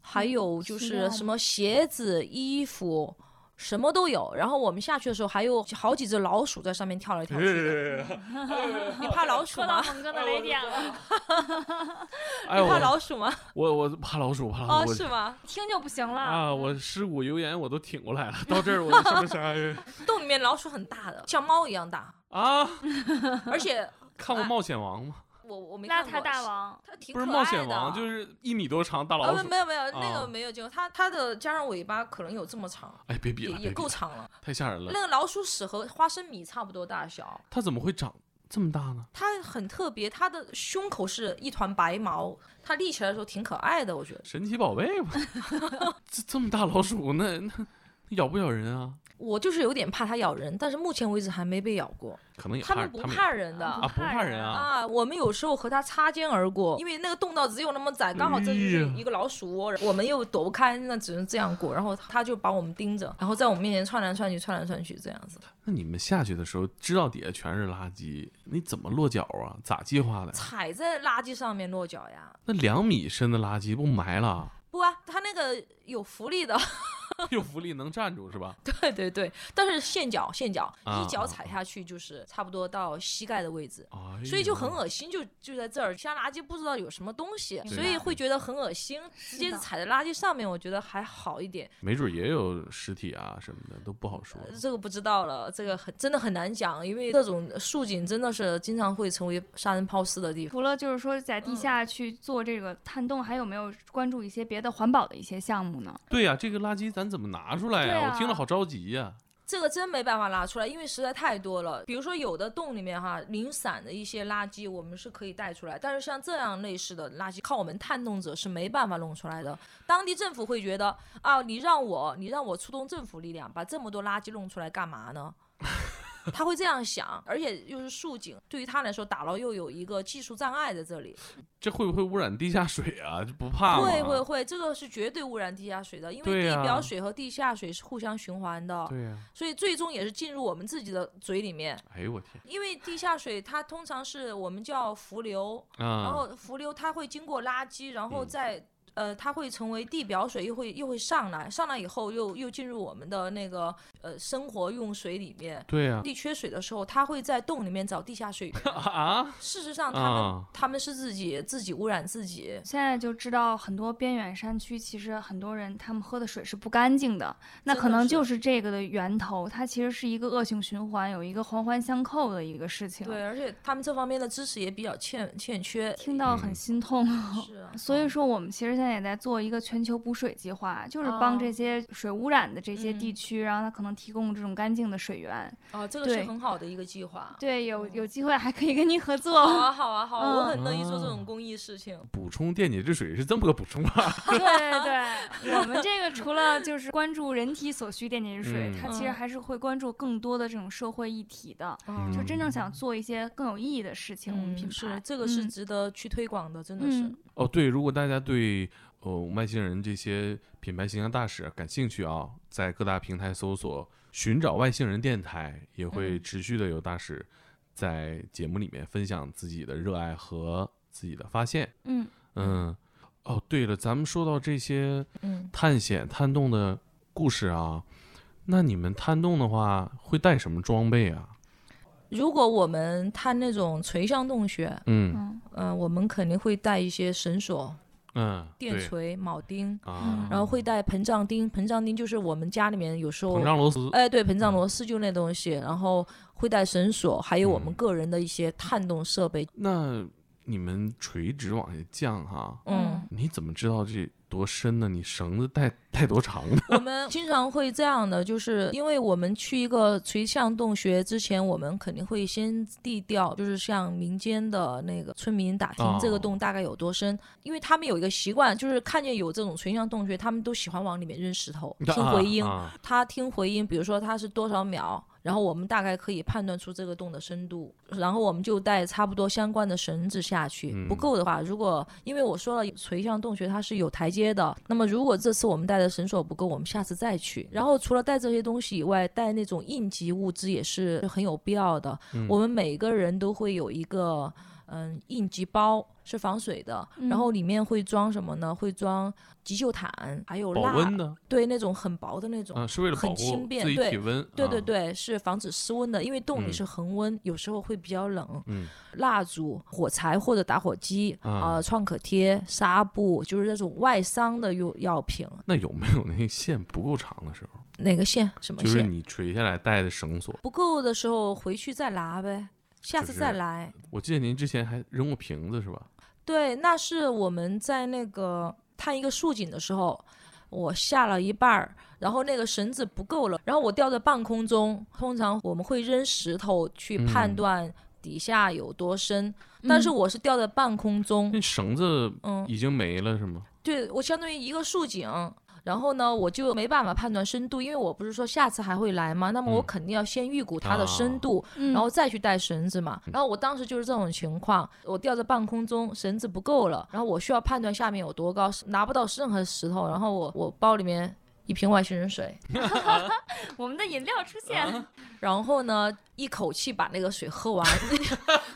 [SPEAKER 4] 还有就
[SPEAKER 6] 塑
[SPEAKER 4] 是
[SPEAKER 6] 料的
[SPEAKER 4] 什么鞋子、衣服，什么都有。然后我们下去的时候，还有好几只老鼠在上面跳来
[SPEAKER 5] 哎
[SPEAKER 4] 跳去的。嗯你怕老鼠
[SPEAKER 6] 说到
[SPEAKER 4] 吗？
[SPEAKER 6] 猛 哥的雷点了，
[SPEAKER 5] 哎
[SPEAKER 4] 你
[SPEAKER 5] 呦，
[SPEAKER 4] 怕老鼠吗？
[SPEAKER 5] 我啊我怕老鼠，怕老
[SPEAKER 4] 哦，
[SPEAKER 5] 鼠。
[SPEAKER 4] 是吗？嗯
[SPEAKER 6] 听就不行了。
[SPEAKER 5] 啊，我尸骨油盐我都挺过 来了，到这儿我什么啥呀？
[SPEAKER 4] 洞里面老鼠很大的，像猫一样 大，
[SPEAKER 5] 啊，
[SPEAKER 4] 而且
[SPEAKER 5] 看过《冒险王》吗？
[SPEAKER 4] 我我没
[SPEAKER 6] 邋
[SPEAKER 4] 看过
[SPEAKER 6] 遢大，王，
[SPEAKER 4] 它挺
[SPEAKER 5] 不
[SPEAKER 4] 可爱
[SPEAKER 5] 是《
[SPEAKER 4] 的。
[SPEAKER 5] 冒险王》，就是一米多长大
[SPEAKER 4] 啊，
[SPEAKER 5] 老
[SPEAKER 4] 不
[SPEAKER 5] 鼠。
[SPEAKER 4] 没有没有那
[SPEAKER 5] 啊
[SPEAKER 4] 个没有见过，它它的加上尾巴可能有这么长，
[SPEAKER 5] 哎，别比
[SPEAKER 4] 也
[SPEAKER 5] 了，
[SPEAKER 4] 也
[SPEAKER 5] 别比
[SPEAKER 4] 够
[SPEAKER 5] 了，
[SPEAKER 4] 长了。
[SPEAKER 5] 太吓人了
[SPEAKER 4] 那。个老鼠屎和花生米差不多大小，
[SPEAKER 5] 它怎么会长这么大呢？
[SPEAKER 4] 它很特别，它的胸口是一团白毛，它立起来的时候挺可爱的，我觉得。
[SPEAKER 5] 神奇宝贝 吧？这这么大老鼠，那那那咬不咬人啊？
[SPEAKER 4] 我就是有点怕它咬人，但是目前为止还没被咬过。
[SPEAKER 5] 可能也
[SPEAKER 4] 它
[SPEAKER 5] 怕
[SPEAKER 4] 们不
[SPEAKER 5] 他们
[SPEAKER 4] 怕人的
[SPEAKER 5] 啊，不怕人啊。
[SPEAKER 4] 啊！我们有时候和它擦肩而过，因为那个洞道只有那么窄，刚好这就是
[SPEAKER 5] 哎呀
[SPEAKER 4] 一个老鼠窝，我们又躲不开，那只能这样过。然后它就把我们盯着，然后在我们面前窜来窜去，窜来窜去这样子。
[SPEAKER 5] 那你们下去的时候知道底下全是垃圾，你怎么落脚啊？咋计划的？
[SPEAKER 4] 踩在垃圾上面落脚呀？
[SPEAKER 5] 那两米深的垃圾不埋了？
[SPEAKER 4] 不啊，它那个有浮力的，
[SPEAKER 5] 有浮力能站住是吧？
[SPEAKER 4] 对对对，但是陷脚陷脚，
[SPEAKER 5] 啊
[SPEAKER 4] 一脚踩下去就是差不多到膝盖的位置。
[SPEAKER 5] 哎呦
[SPEAKER 4] 所以就很恶心，就就在这儿，像垃圾不知道有什么东西，
[SPEAKER 5] 对
[SPEAKER 4] 所以会觉得很恶心。直接
[SPEAKER 6] 的
[SPEAKER 4] 踩在垃圾上面，我觉得还好一点。
[SPEAKER 5] 没准也有尸体啊什么的，都不好说。
[SPEAKER 4] 呃这个不知道了，这个很真的很难讲，因为这种树井真的是经常会成为杀人抛尸的地方。
[SPEAKER 6] 除了就是说
[SPEAKER 4] 嗯
[SPEAKER 6] 在地下去做这个探洞，还有没有关注一些别的环保的一些项目呢？
[SPEAKER 5] 对呀、这个垃圾咱怎么拿出来
[SPEAKER 6] 对
[SPEAKER 5] 呀、
[SPEAKER 6] 啊
[SPEAKER 5] 我听了好着急呀、
[SPEAKER 4] 这个真没办法拿出来，因为实在太多了。比如说有的洞里面哈，零散的一些垃圾我们是可以带出来，但是像这样类似的垃圾，靠我们探洞者是没办法弄出来的。当地政府会觉得啊，你让我你让我出动政府力量把这么多垃圾弄出来干嘛呢？ 他会这样想，而且又是竖井，对于他来说，打捞又有一个技术障碍在这里。
[SPEAKER 5] 这会不会污染地下水啊？这不怕吗？
[SPEAKER 4] 会会会，这个是绝对污染地下水的，因为
[SPEAKER 5] 对
[SPEAKER 4] 地
[SPEAKER 5] 呀
[SPEAKER 4] 表水和地下水是互相循环的，
[SPEAKER 5] 对呀、
[SPEAKER 4] 所以最终也是进入我们自己的嘴里面。
[SPEAKER 5] 哎呦我天
[SPEAKER 4] 因为地下水它通常是我们叫伏流，然
[SPEAKER 5] 啊！
[SPEAKER 4] 后伏流它会经过垃圾，然后
[SPEAKER 5] 嗯
[SPEAKER 4] 再、呃，它会成为地表水，又会又会上来，上来以后又又进入我们的那个呃生活用水里面。
[SPEAKER 5] 对啊呀、。
[SPEAKER 4] 地缺水的时候，它会在洞里面找地下水 源
[SPEAKER 5] 啊，
[SPEAKER 4] 事实上，他们、
[SPEAKER 5] 啊
[SPEAKER 4] 他们是自己自己污染自己。
[SPEAKER 6] 现在就知道很多边远山区，其实很多人他们喝的水是不干净的，那
[SPEAKER 4] 真的
[SPEAKER 6] 可能
[SPEAKER 4] 是
[SPEAKER 6] 就是这个的源头，它其实是一个恶性循环，有一个环环相扣的一个事情，
[SPEAKER 4] 对，而啊且他们这方面的知识也比较欠欠缺。
[SPEAKER 6] 听到很
[SPEAKER 5] 嗯
[SPEAKER 6] 心痛。
[SPEAKER 4] 是啊，
[SPEAKER 6] 所以说，我们其实现在也在做一个全球补水计划，就是帮
[SPEAKER 4] 哦
[SPEAKER 6] 这些水污染的这些地
[SPEAKER 4] 嗯
[SPEAKER 6] 区，然后它可能提供这种干净的水源。
[SPEAKER 4] 哦，这个是
[SPEAKER 6] 对
[SPEAKER 4] 很好的一个计划。
[SPEAKER 6] 对，嗯有
[SPEAKER 4] 嗯
[SPEAKER 6] 有机会还可以跟您合
[SPEAKER 4] 好
[SPEAKER 6] 作。
[SPEAKER 4] 啊，好啊，好啊，我很乐意做这
[SPEAKER 5] 哦
[SPEAKER 4] 种公益事情。
[SPEAKER 5] 补充电解质水是这么个补 充吧？
[SPEAKER 6] 对对对，我们这个除了就是关注人体所需电解质水，
[SPEAKER 5] 嗯
[SPEAKER 6] 它其实
[SPEAKER 4] 嗯
[SPEAKER 6] 还是会关注更多的这种社会议题的。
[SPEAKER 4] 嗯
[SPEAKER 6] 就真正想做一些更有意义的事情，我们品牌
[SPEAKER 4] 是这个是
[SPEAKER 6] 嗯
[SPEAKER 4] 值得去推广的，真的是。
[SPEAKER 6] 嗯
[SPEAKER 5] 哦，对，如果大家对呃外星人这些品牌形象大使感兴趣啊，在各大平台搜索“寻找外星人电台”，也会
[SPEAKER 4] 嗯
[SPEAKER 5] 持续的有大使在节目里面分享自己的热爱和自己的发现。
[SPEAKER 6] 嗯，
[SPEAKER 5] 嗯，哦，对了，咱们说到这些
[SPEAKER 4] 嗯，
[SPEAKER 5] 探险探洞的故事啊，那你们探洞的话会带什么装备啊？
[SPEAKER 4] 如果我们探那种垂向洞穴，
[SPEAKER 5] 嗯
[SPEAKER 4] 嗯、我们肯定会带一些绳索、
[SPEAKER 5] 嗯，
[SPEAKER 4] 电
[SPEAKER 5] 对
[SPEAKER 4] 锤、铆钉，
[SPEAKER 6] 嗯
[SPEAKER 5] 啊，
[SPEAKER 4] 然后会带膨胀钉。膨胀钉就是我们家里面有时候
[SPEAKER 5] 膨，胀螺嗯丝，
[SPEAKER 4] 哎，对，膨胀螺丝就那东西，然后会带绳索，还有我们
[SPEAKER 5] 嗯
[SPEAKER 4] 个人的一些探洞设备。
[SPEAKER 5] 那你们垂直往下降哈、
[SPEAKER 4] 嗯，
[SPEAKER 5] 你怎么知道这多深呢？你绳子带带多长 呢？
[SPEAKER 4] 我们经常会这样的，就是因为我们去一个垂向洞穴之前，我们肯定会先地调，就是向民间的那个村民打听
[SPEAKER 5] 哦
[SPEAKER 4] 这个洞大概有多深，因为他们有一个习惯，就是看见有这种垂向洞穴，他们都喜欢往里面扔石头，听回音。
[SPEAKER 5] 啊啊
[SPEAKER 4] 他听回音，比如说它是多少秒，然后我们大概可以判断出这个洞的深度，然后我们就带差不多相关的绳子下去。
[SPEAKER 5] 嗯
[SPEAKER 4] 不够的话，如果因为我说了垂向洞穴它是有台阶的，那么如果这次我们带的绳索不够，我们下次再去。然后除了带这些东西以外，带那种应急物资也是很有必要的。
[SPEAKER 5] 嗯
[SPEAKER 4] 我们每个人都会有一个。嗯，应急包是防水的，然后里面会装什么呢？会装急救毯，还有
[SPEAKER 5] 保
[SPEAKER 4] 蜡，
[SPEAKER 5] 温呢？
[SPEAKER 4] 对那种很薄的那种，
[SPEAKER 5] 啊，是为了保
[SPEAKER 4] 很
[SPEAKER 5] 护
[SPEAKER 4] 轻便
[SPEAKER 5] 自己
[SPEAKER 4] 对
[SPEAKER 5] 体温。
[SPEAKER 4] 对对
[SPEAKER 5] 啊，
[SPEAKER 4] 对，是防止失温的，因为洞
[SPEAKER 5] 嗯
[SPEAKER 4] 里是恒温，有时候会比较冷。
[SPEAKER 5] 嗯，
[SPEAKER 4] 蜡烛、火柴或者打火机，
[SPEAKER 5] 啊
[SPEAKER 4] 呃，创可贴、纱布，就是那种外伤的用药品。
[SPEAKER 5] 那有没有那个线不够长的时候？
[SPEAKER 4] 哪个线？什么
[SPEAKER 5] 就
[SPEAKER 4] 线？
[SPEAKER 5] 是你垂下来带的绳索。
[SPEAKER 4] 不够的时候回去再拿呗，下
[SPEAKER 5] 就
[SPEAKER 4] 次
[SPEAKER 5] 是
[SPEAKER 4] 再来。
[SPEAKER 5] 我记得您之前还扔过瓶子是吧？
[SPEAKER 4] 对，那是我们在那个探一个竖井的时候，我下了一半儿，然后那个绳子不够了，然后我吊在半空中。通常我们会扔石头去判
[SPEAKER 5] 嗯
[SPEAKER 4] 断底下有多深，但是
[SPEAKER 6] 嗯
[SPEAKER 4] 我是吊在半空中
[SPEAKER 5] 那，绳子
[SPEAKER 4] 嗯，
[SPEAKER 5] 已经没了是吗？
[SPEAKER 4] 对我相当于一个竖井。然后呢，我就没办法判断深度，因为我不是说下次还会来吗？那么我
[SPEAKER 5] 嗯
[SPEAKER 4] 肯定要先预估它
[SPEAKER 5] 啊
[SPEAKER 4] 的
[SPEAKER 5] 嗯
[SPEAKER 4] 深度，
[SPEAKER 6] 嗯
[SPEAKER 4] 然后再去带绳子嘛。然后我当时就是这种情况，我吊在半空中，绳子不够了，然后我需要判断下面有多高，拿不到任何石头，然后我我包里面一瓶外星人水，
[SPEAKER 5] 嗯
[SPEAKER 6] 我们的饮料出现，
[SPEAKER 4] 然后呢一口气把那个水喝完，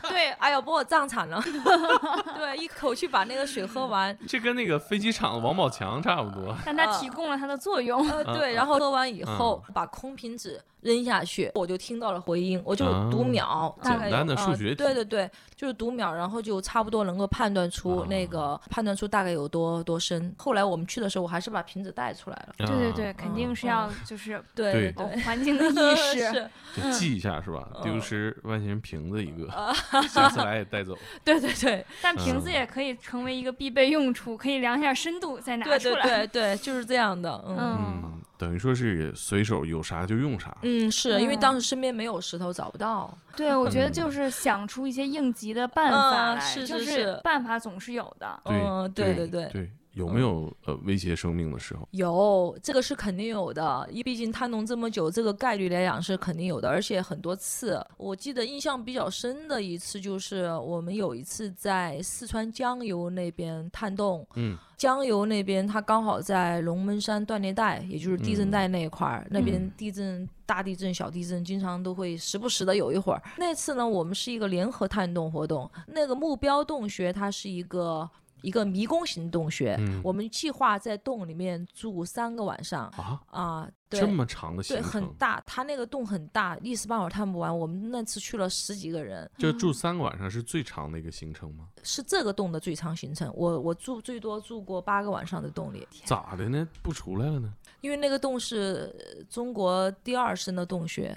[SPEAKER 4] 对，哎呦把我胀惨了， 对，一口气把那个水喝完，
[SPEAKER 5] 这跟那个飞机场的王宝强差不多。
[SPEAKER 6] 但它提供了它的作用。
[SPEAKER 5] 啊
[SPEAKER 4] 呃，
[SPEAKER 5] 嗯
[SPEAKER 4] 对，然后喝完以后、把空瓶子扔下去，我就听到了回音，我就
[SPEAKER 5] 啊
[SPEAKER 4] 读秒，大
[SPEAKER 5] 简
[SPEAKER 4] 概
[SPEAKER 5] 单的
[SPEAKER 4] 有
[SPEAKER 5] 数
[SPEAKER 4] 呃
[SPEAKER 5] 学题
[SPEAKER 4] 对对对，就是读秒，然后就差不多能够判断
[SPEAKER 5] 啊
[SPEAKER 4] 出那个、判断出大概有多多深。后来我们去的时候，我还是把瓶子带出来了。
[SPEAKER 6] 对对对，
[SPEAKER 5] 啊，
[SPEAKER 6] 肯定是要就是
[SPEAKER 4] 对
[SPEAKER 5] 对
[SPEAKER 6] 保护
[SPEAKER 4] 对。
[SPEAKER 6] 嗯环境的意识。
[SPEAKER 4] 是，
[SPEAKER 5] 就记一下是吧？
[SPEAKER 4] 嗯啊
[SPEAKER 5] 丢失外星人瓶子一个， 下次来也带走。
[SPEAKER 4] 对对对
[SPEAKER 6] 但瓶子也可以成为一个必备用处，可以量一下深度再拿
[SPEAKER 4] 对
[SPEAKER 6] 出
[SPEAKER 4] 对对
[SPEAKER 6] 来。
[SPEAKER 4] 对，就是这样的，嗯
[SPEAKER 6] 嗯，
[SPEAKER 5] 嗯，等于说是随手有啥就用啥。
[SPEAKER 4] 嗯，是因为
[SPEAKER 6] 嗯
[SPEAKER 4] 当时身边没有石头，找不到，
[SPEAKER 6] 对，我觉得
[SPEAKER 5] 嗯
[SPEAKER 6] 就是想出一些应急的办法
[SPEAKER 4] 嗯
[SPEAKER 6] 来，
[SPEAKER 4] 是
[SPEAKER 6] 就是是
[SPEAKER 4] 是
[SPEAKER 6] 办法总是有的。
[SPEAKER 5] 对
[SPEAKER 4] 嗯
[SPEAKER 5] 对
[SPEAKER 4] 对对对嗯
[SPEAKER 5] 对，有没有呃威胁生命的时候？
[SPEAKER 4] 有，这个是肯定有的，因毕竟探洞这么久，这个概率来讲是肯定有的，而且很多次。我记得印象比较深的一次就是我们有一次在四川江油那边探洞，
[SPEAKER 5] 嗯，
[SPEAKER 4] 江油那边它刚好在龙门山断裂带，也就是地震带那一块儿，那边
[SPEAKER 5] 嗯
[SPEAKER 4] 地震、大地震、小地震经常都会时不时的有一会儿。那次呢，我们是一个联合探洞活动，那个目标洞穴它是一个。一个迷宫型洞穴，
[SPEAKER 5] 嗯
[SPEAKER 4] 我们计划在洞里面住三个晚上
[SPEAKER 5] 啊，
[SPEAKER 4] 啊，对
[SPEAKER 5] 这么长的行
[SPEAKER 4] 对，
[SPEAKER 5] 程，
[SPEAKER 4] 很大，它那个洞很大，一时半会儿探不完。我们那次去了十几个人，
[SPEAKER 5] 就住三个晚上是最长的一个行程吗？
[SPEAKER 4] 是这个洞的最长行程。我我住最多住过八个晚上的洞里，
[SPEAKER 5] 咋的呢？不出来了呢？
[SPEAKER 4] 因为那个洞是呃中国第二深的洞穴。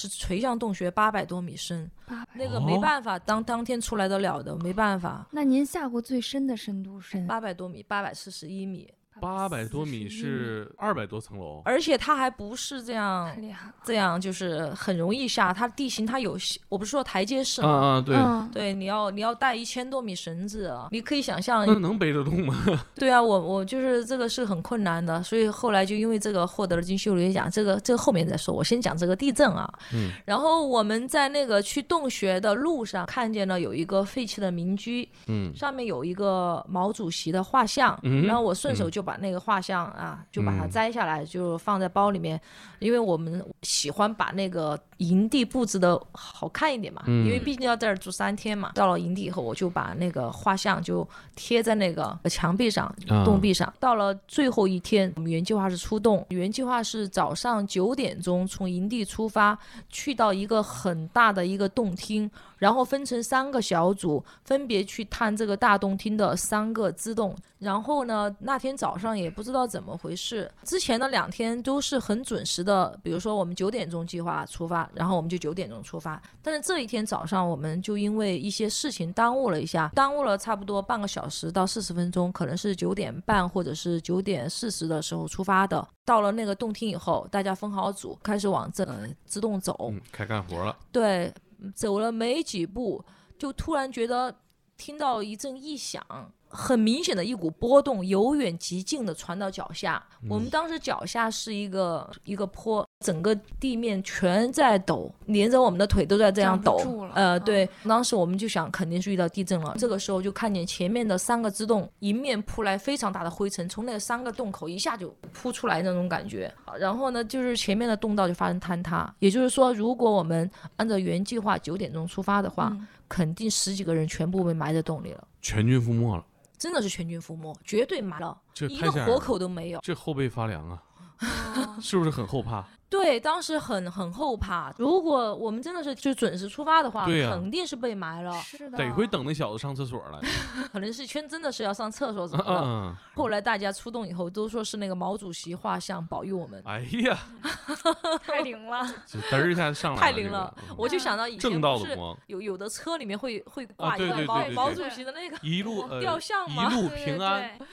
[SPEAKER 4] 是垂向洞穴八百多米深，
[SPEAKER 6] 八百。
[SPEAKER 4] 那个
[SPEAKER 5] 哦
[SPEAKER 4] 没办法，当当天出来得了的，没办法。
[SPEAKER 6] 那您下过最深的深度深？
[SPEAKER 4] 八百多米，八百四十一米，
[SPEAKER 5] 八百多米
[SPEAKER 6] 41
[SPEAKER 5] 是嗯二百多层楼，
[SPEAKER 4] 而且它还不是这样
[SPEAKER 6] 太厉害了。
[SPEAKER 4] 这样就是很容易下，它地形它有，我不是说台阶式
[SPEAKER 5] 啊
[SPEAKER 4] 吗？
[SPEAKER 5] 啊，对，
[SPEAKER 6] 嗯，
[SPEAKER 4] 对，你要你要带一千多米绳子啊，你可以想象，
[SPEAKER 5] 那能背得动吗？
[SPEAKER 4] 对啊，我我就是这个是很困难的，所以后来就因为这个获得了金秀莲奖，这个这个后面再说，我先讲这个地震啊。
[SPEAKER 5] 嗯。
[SPEAKER 4] 然后我们在那个去洞穴的路上看见了有一个废弃的民居，
[SPEAKER 5] 嗯
[SPEAKER 4] 上面有一个毛主席的画像，
[SPEAKER 5] 嗯
[SPEAKER 4] 然后我顺手就把那个画像啊，就把它摘下来，就放在包里面，因为我们喜欢把那个营地布置的好看一点嘛，
[SPEAKER 5] 嗯
[SPEAKER 4] 因为毕竟要在这儿住三天嘛。到了营地以后，我就把那个画像就贴在那个墙壁上、
[SPEAKER 5] 啊
[SPEAKER 4] 洞壁上。到了最后一天，我们原计划是出洞，原计划是早上九点钟从营地出发，去到一个很大的一个洞厅，然后分成三个小组，分别去探这个大洞厅的三个支洞。然后呢，那天早上也不知道怎么回事，之前的两天都是很准时的，比如说我们九点钟计划出发，然后我们就九点钟出发。但是这一天早上，我们就因为一些事情耽误了一下，耽误了差不多半个小时到四十分钟，可能是九点半或者是九点四十的时候出发的。到了那个洞厅以后，大家分好组，开始往这呃自动走。
[SPEAKER 5] 嗯，开干活了，
[SPEAKER 4] 对，走了没几步，就突然觉得听到一阵异响，很明显的一股波动由远及近的传到脚下。我们当时脚下是一个一个坡，整个地面全在抖，连着我们的腿都在这样
[SPEAKER 6] 站不
[SPEAKER 4] 抖
[SPEAKER 6] 住了。
[SPEAKER 4] 呃，
[SPEAKER 6] 嗯
[SPEAKER 4] 对，当时我们就想肯定是遇到地震了。这个时候就看见前面的三个支洞迎面扑来非常大的灰尘，从那三个洞口一下就扑出来那种感觉。然后呢，就是前面的洞道就发生坍塌，也就是说，如果我们按照原计划九点钟出发的
[SPEAKER 6] 嗯
[SPEAKER 4] 话，肯定十几个人全部被埋在洞里了，
[SPEAKER 5] 全军覆没了，
[SPEAKER 4] 真的是全军覆没，绝对埋了，
[SPEAKER 5] 这
[SPEAKER 4] 一
[SPEAKER 5] 太
[SPEAKER 4] 个
[SPEAKER 5] 吓人
[SPEAKER 4] 活
[SPEAKER 5] 了，
[SPEAKER 4] 口都没有。
[SPEAKER 5] 这后背发凉啊，
[SPEAKER 4] 哦
[SPEAKER 5] 是不是很后怕？
[SPEAKER 4] 对，当时很很后怕。如果我们真的是就准时出发的话，
[SPEAKER 5] 对呀
[SPEAKER 4] 肯定是被埋了，
[SPEAKER 6] 是的。
[SPEAKER 5] 得亏等那小子上厕所 了，
[SPEAKER 4] 可能是圈真的是要上厕所怎
[SPEAKER 5] 嗯
[SPEAKER 4] 么了。
[SPEAKER 5] 嗯，
[SPEAKER 4] 后来大家出动以后都说是那个毛主席画像保佑我们，
[SPEAKER 5] 哎呀，
[SPEAKER 6] 太灵了。
[SPEAKER 5] 这嘚儿一下上来
[SPEAKER 4] 太
[SPEAKER 5] 这
[SPEAKER 4] 灵
[SPEAKER 5] 个
[SPEAKER 4] 了
[SPEAKER 5] 嗯。
[SPEAKER 4] 我就想到以前
[SPEAKER 5] 正
[SPEAKER 4] 不
[SPEAKER 5] 道的
[SPEAKER 4] 是
[SPEAKER 5] 光，
[SPEAKER 4] 有有的车里面会会
[SPEAKER 5] 啊
[SPEAKER 4] 挂一
[SPEAKER 5] 对对
[SPEAKER 4] 块毛
[SPEAKER 5] 对对
[SPEAKER 4] 毛主
[SPEAKER 6] 对
[SPEAKER 4] 席的那个
[SPEAKER 5] 一路呃
[SPEAKER 4] 雕像吗
[SPEAKER 5] 一路
[SPEAKER 6] 对对
[SPEAKER 5] 平安，
[SPEAKER 6] 对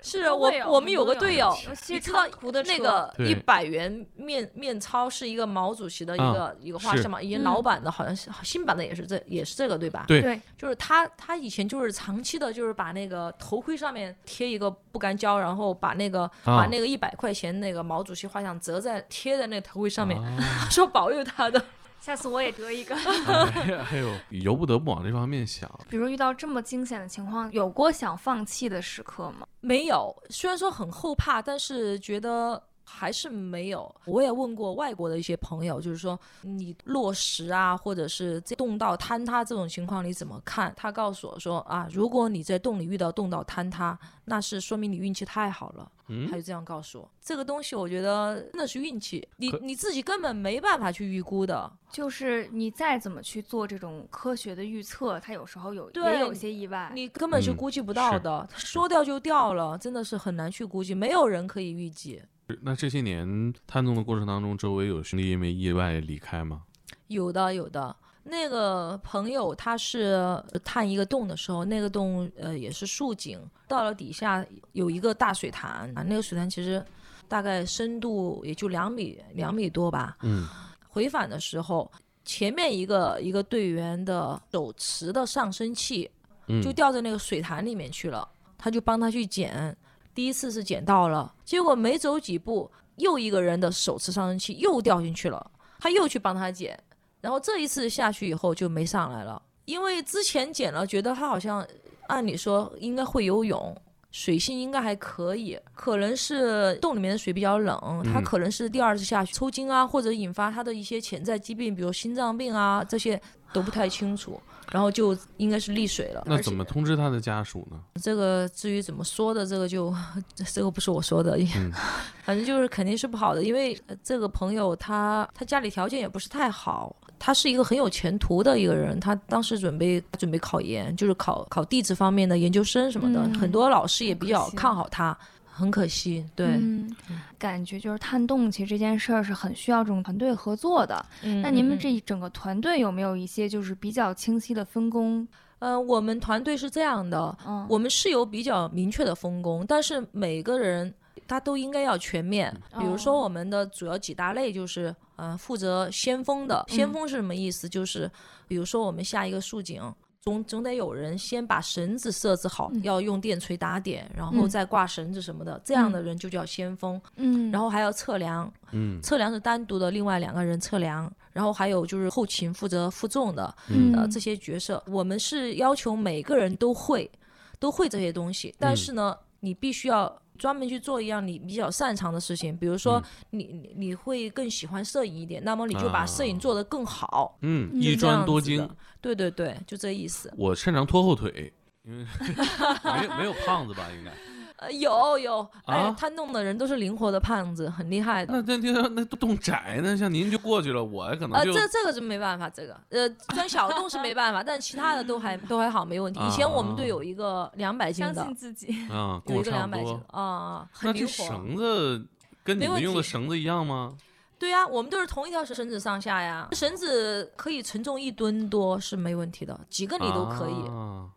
[SPEAKER 6] 是
[SPEAKER 4] 是
[SPEAKER 6] 都
[SPEAKER 4] 我
[SPEAKER 6] 会
[SPEAKER 4] 我们有个
[SPEAKER 6] 都
[SPEAKER 4] 队友
[SPEAKER 6] 尤其
[SPEAKER 4] 你
[SPEAKER 6] 是
[SPEAKER 4] 知道
[SPEAKER 6] 长途的
[SPEAKER 4] 那
[SPEAKER 6] 车
[SPEAKER 4] 个
[SPEAKER 5] 对
[SPEAKER 4] 一百元面面钞是一个毛主席的一个、一个画
[SPEAKER 5] 嗯是
[SPEAKER 4] 像嘛？以
[SPEAKER 6] 嗯
[SPEAKER 4] 前老版的好像是、新版的也是这也是这个对吧？
[SPEAKER 5] 对
[SPEAKER 6] 对
[SPEAKER 4] 就是他他以前就是长期的，就是把那个头盔上面贴一个不干胶，然后把那个、
[SPEAKER 5] 啊
[SPEAKER 4] 把那个一百块钱那个毛主席画像折在贴在那个头盔上面，
[SPEAKER 5] 啊
[SPEAKER 4] 说保佑他的。
[SPEAKER 6] 下次我也得一个。
[SPEAKER 5] 哎呀哎呦，由不得不往这方面想，
[SPEAKER 6] 比如遇到这么惊险的情况，有过想放弃的时刻吗？
[SPEAKER 4] 没有，虽然说很后怕，但是觉得还是没有。我也问过外国的一些朋友，就是说你落石啊，或者是这洞道坍塌这种情况你怎么看？他告诉我说啊，如果你在洞里遇到洞道坍塌，那是说明你运气太好了。
[SPEAKER 5] 嗯
[SPEAKER 4] 他就这样告诉我，这个东西我觉得真的是运气，你
[SPEAKER 5] 可
[SPEAKER 4] 你自己根本没办法去预估的。
[SPEAKER 6] 就是你再怎么去做这种科学的预测，它有时候有
[SPEAKER 4] 对
[SPEAKER 6] 也有一些意外。
[SPEAKER 4] 你根本是
[SPEAKER 5] 嗯
[SPEAKER 4] 估计不到
[SPEAKER 5] 是
[SPEAKER 4] 的，说掉就掉了，真的是很难去估计，没有人可以预计。
[SPEAKER 5] 那这些年探洞的过程当中，周围有兄弟因为意外离开吗？
[SPEAKER 4] 有的，有的。那个朋友他是呃探一个洞的时候，那个洞呃也是竖井，到了底下有一个大水潭啊，那个水潭其实大概深度也就两米两米多吧。
[SPEAKER 5] 嗯，
[SPEAKER 4] 回返的时候，前面一个一个队员的手持的上升器
[SPEAKER 5] 嗯
[SPEAKER 4] 就掉在那个水潭里面去了，他就帮他去捡，第一次是捡到了，结果没走几步，又一个人的手持上升器又掉进去了，他又去帮他捡，然后这一次下去以后就没上来了，因为之前捡了，觉得他好像按理说应该会游泳。水性应该还可以，可能是洞里面的水比较冷，他
[SPEAKER 5] 嗯
[SPEAKER 4] 可能是第二次下去抽筋啊，或者引发他的一些潜在疾病，比如心脏病啊这些都不太清楚，然后就应该是溺水了。
[SPEAKER 5] 那
[SPEAKER 4] 而
[SPEAKER 5] 怎
[SPEAKER 4] 且
[SPEAKER 5] 么通知他的家属呢？
[SPEAKER 4] 这个至于怎么说的，这个就 这个不是我说的，
[SPEAKER 5] 嗯
[SPEAKER 4] 反正就是肯定是不好的，因为呃这个朋友他他家里条件也不是太好，他是一个很有前途的一个人，他当时准备准备考研，就是考考地质方面的研究生什么的，
[SPEAKER 6] 嗯
[SPEAKER 4] 很多老师也比
[SPEAKER 6] 可
[SPEAKER 4] 较
[SPEAKER 6] 惜
[SPEAKER 4] 看好他。很可惜，对，
[SPEAKER 6] 嗯，感觉就是探洞其实这件事儿是很需要这种团队合作的。
[SPEAKER 4] 嗯
[SPEAKER 6] 那您们这一整个团队有没有一些就是比较清晰的分工？
[SPEAKER 4] 呃，我们团队是这样的，
[SPEAKER 6] 嗯，
[SPEAKER 4] 我们是有比较明确的分工，但是每个人他都应该要全面。比如说，
[SPEAKER 6] 哦
[SPEAKER 4] 我们的主要几大类就是，呃，负责先锋的。先
[SPEAKER 6] 嗯
[SPEAKER 4] 锋是什么意思？就是比如说我们下一个竖井。总总得有人先把绳子设置好，
[SPEAKER 6] 嗯
[SPEAKER 4] 要用电锤打点，然后
[SPEAKER 6] 嗯
[SPEAKER 4] 再挂绳子什么的，这样的
[SPEAKER 6] 嗯
[SPEAKER 4] 人就叫先锋。
[SPEAKER 6] 嗯，
[SPEAKER 4] 然后还要测量，
[SPEAKER 5] 嗯
[SPEAKER 4] 测量是单独的，另外两个人测量。然后还有就是后勤负责负重的，
[SPEAKER 6] 嗯
[SPEAKER 4] 呃这些角色，我们是要求每个人都会，都会这些东西，但
[SPEAKER 5] 嗯
[SPEAKER 4] 是呢，你必须要。专门去做一样你比较擅长的事情，比如说
[SPEAKER 5] 嗯
[SPEAKER 4] 你、你你会更喜欢摄影一点，那么你就把摄影
[SPEAKER 5] 啊
[SPEAKER 4] 做得更好，
[SPEAKER 5] 嗯，
[SPEAKER 6] 嗯
[SPEAKER 5] 一
[SPEAKER 4] 是这样
[SPEAKER 5] 专多
[SPEAKER 4] 子的
[SPEAKER 5] 精，
[SPEAKER 4] 对对对，就这意思。
[SPEAKER 5] 我擅长拖后腿，因 为没有没有胖子吧，应该。
[SPEAKER 4] 呃，有有，哎
[SPEAKER 5] 啊，
[SPEAKER 4] 他弄的人都是灵活的胖子，很厉害的。呃
[SPEAKER 5] 那那那那洞窄呢，像您就过去了，我可能
[SPEAKER 4] 啊，
[SPEAKER 5] 就
[SPEAKER 4] 这这个是没办法，这个呃钻小洞是没办法，但其他的都还都还好，没问题。以前我们队有一个两百斤
[SPEAKER 6] 相
[SPEAKER 4] 的
[SPEAKER 6] 信，自 己。
[SPEAKER 5] 啊，跟我
[SPEAKER 4] 有一个
[SPEAKER 5] 差
[SPEAKER 4] 两
[SPEAKER 5] 不
[SPEAKER 4] 百斤
[SPEAKER 5] 多。
[SPEAKER 4] 啊，
[SPEAKER 5] 那
[SPEAKER 4] 很灵
[SPEAKER 5] 这
[SPEAKER 4] 活。
[SPEAKER 5] 绳子跟你
[SPEAKER 4] 没
[SPEAKER 5] 们
[SPEAKER 4] 问
[SPEAKER 5] 用的
[SPEAKER 4] 题
[SPEAKER 5] 绳子一样吗？
[SPEAKER 4] 对呀、我们都是同一条绳子上下呀，绳子可以承重一吨多是没问题的，几个你都可以。
[SPEAKER 5] 啊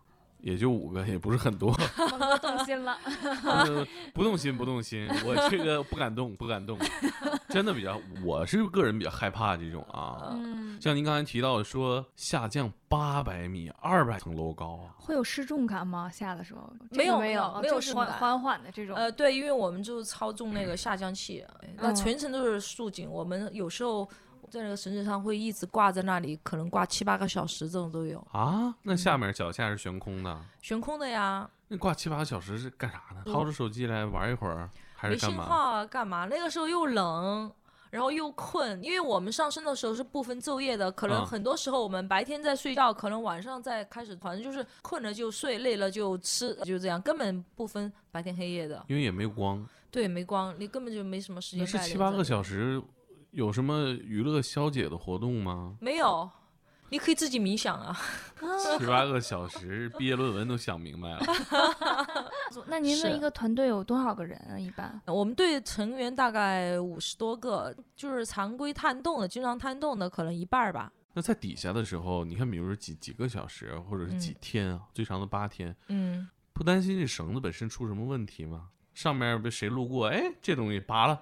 [SPEAKER 5] 也就五个，也不是很 多。
[SPEAKER 6] 蒙哥动心了，
[SPEAKER 5] 呃不动心，不动心，我这个不敢动，不 敢动，真的比较，我是个人比较害怕这种啊。
[SPEAKER 6] 嗯，
[SPEAKER 5] 像您刚才提到说下降八百米、二百层楼高啊，
[SPEAKER 6] 会有失重感吗？下的时候这
[SPEAKER 4] 没
[SPEAKER 6] 个
[SPEAKER 4] 有
[SPEAKER 6] 没
[SPEAKER 4] 没有
[SPEAKER 6] 哦
[SPEAKER 4] 没
[SPEAKER 6] 就
[SPEAKER 4] 有
[SPEAKER 6] 是
[SPEAKER 4] 失重
[SPEAKER 6] 缓
[SPEAKER 4] 感
[SPEAKER 6] 缓缓的这种，
[SPEAKER 4] 呃，对，因为我们就是操纵那个下降器，哎那全程都是竖井，我们有时候在那个绳子上会一直挂在那里，可能挂七八个小时这种都有，
[SPEAKER 5] 啊，那
[SPEAKER 4] 嗯
[SPEAKER 5] 下面脚下是悬空的，
[SPEAKER 4] 悬空的呀，
[SPEAKER 5] 那挂七八个小时是干啥呢？
[SPEAKER 4] 嗯
[SPEAKER 5] 掏出手机来玩一会儿，还
[SPEAKER 4] 没
[SPEAKER 5] 是干
[SPEAKER 4] 信
[SPEAKER 5] 嘛？
[SPEAKER 4] 号啊，干嘛？那个时候又冷。然后又困，因为我们上升的时候是不分昼夜的，可能
[SPEAKER 5] 嗯
[SPEAKER 4] 很多时候我们白天在睡觉，可能晚上再开始，反正就是困了就睡，累了就吃，就这样，根本不分白天黑夜的。
[SPEAKER 5] 因为也没光，
[SPEAKER 4] 对，没光，你根本就没什么时
[SPEAKER 5] 那
[SPEAKER 4] 间
[SPEAKER 5] 是
[SPEAKER 4] 概念。？
[SPEAKER 5] 七八个小时，有什么娱乐消解的活动吗
[SPEAKER 4] 没有，你可以自己冥想啊。
[SPEAKER 5] 七八个小时，毕业论文都想明白了。
[SPEAKER 6] 那您的
[SPEAKER 4] 是
[SPEAKER 6] 一个团队有多少个人啊？一般？
[SPEAKER 4] 我们队成员大概五十多个，就是常规探洞的、经常探洞的，可能一半儿吧。
[SPEAKER 5] 那在底下的时候，你看，比如说几几个小时，或者是几
[SPEAKER 4] 嗯
[SPEAKER 5] 天啊，最长的八天，
[SPEAKER 4] 嗯，
[SPEAKER 5] 不担心这绳子本身出什么问题吗？上面被谁路过，哎，这东西拔了，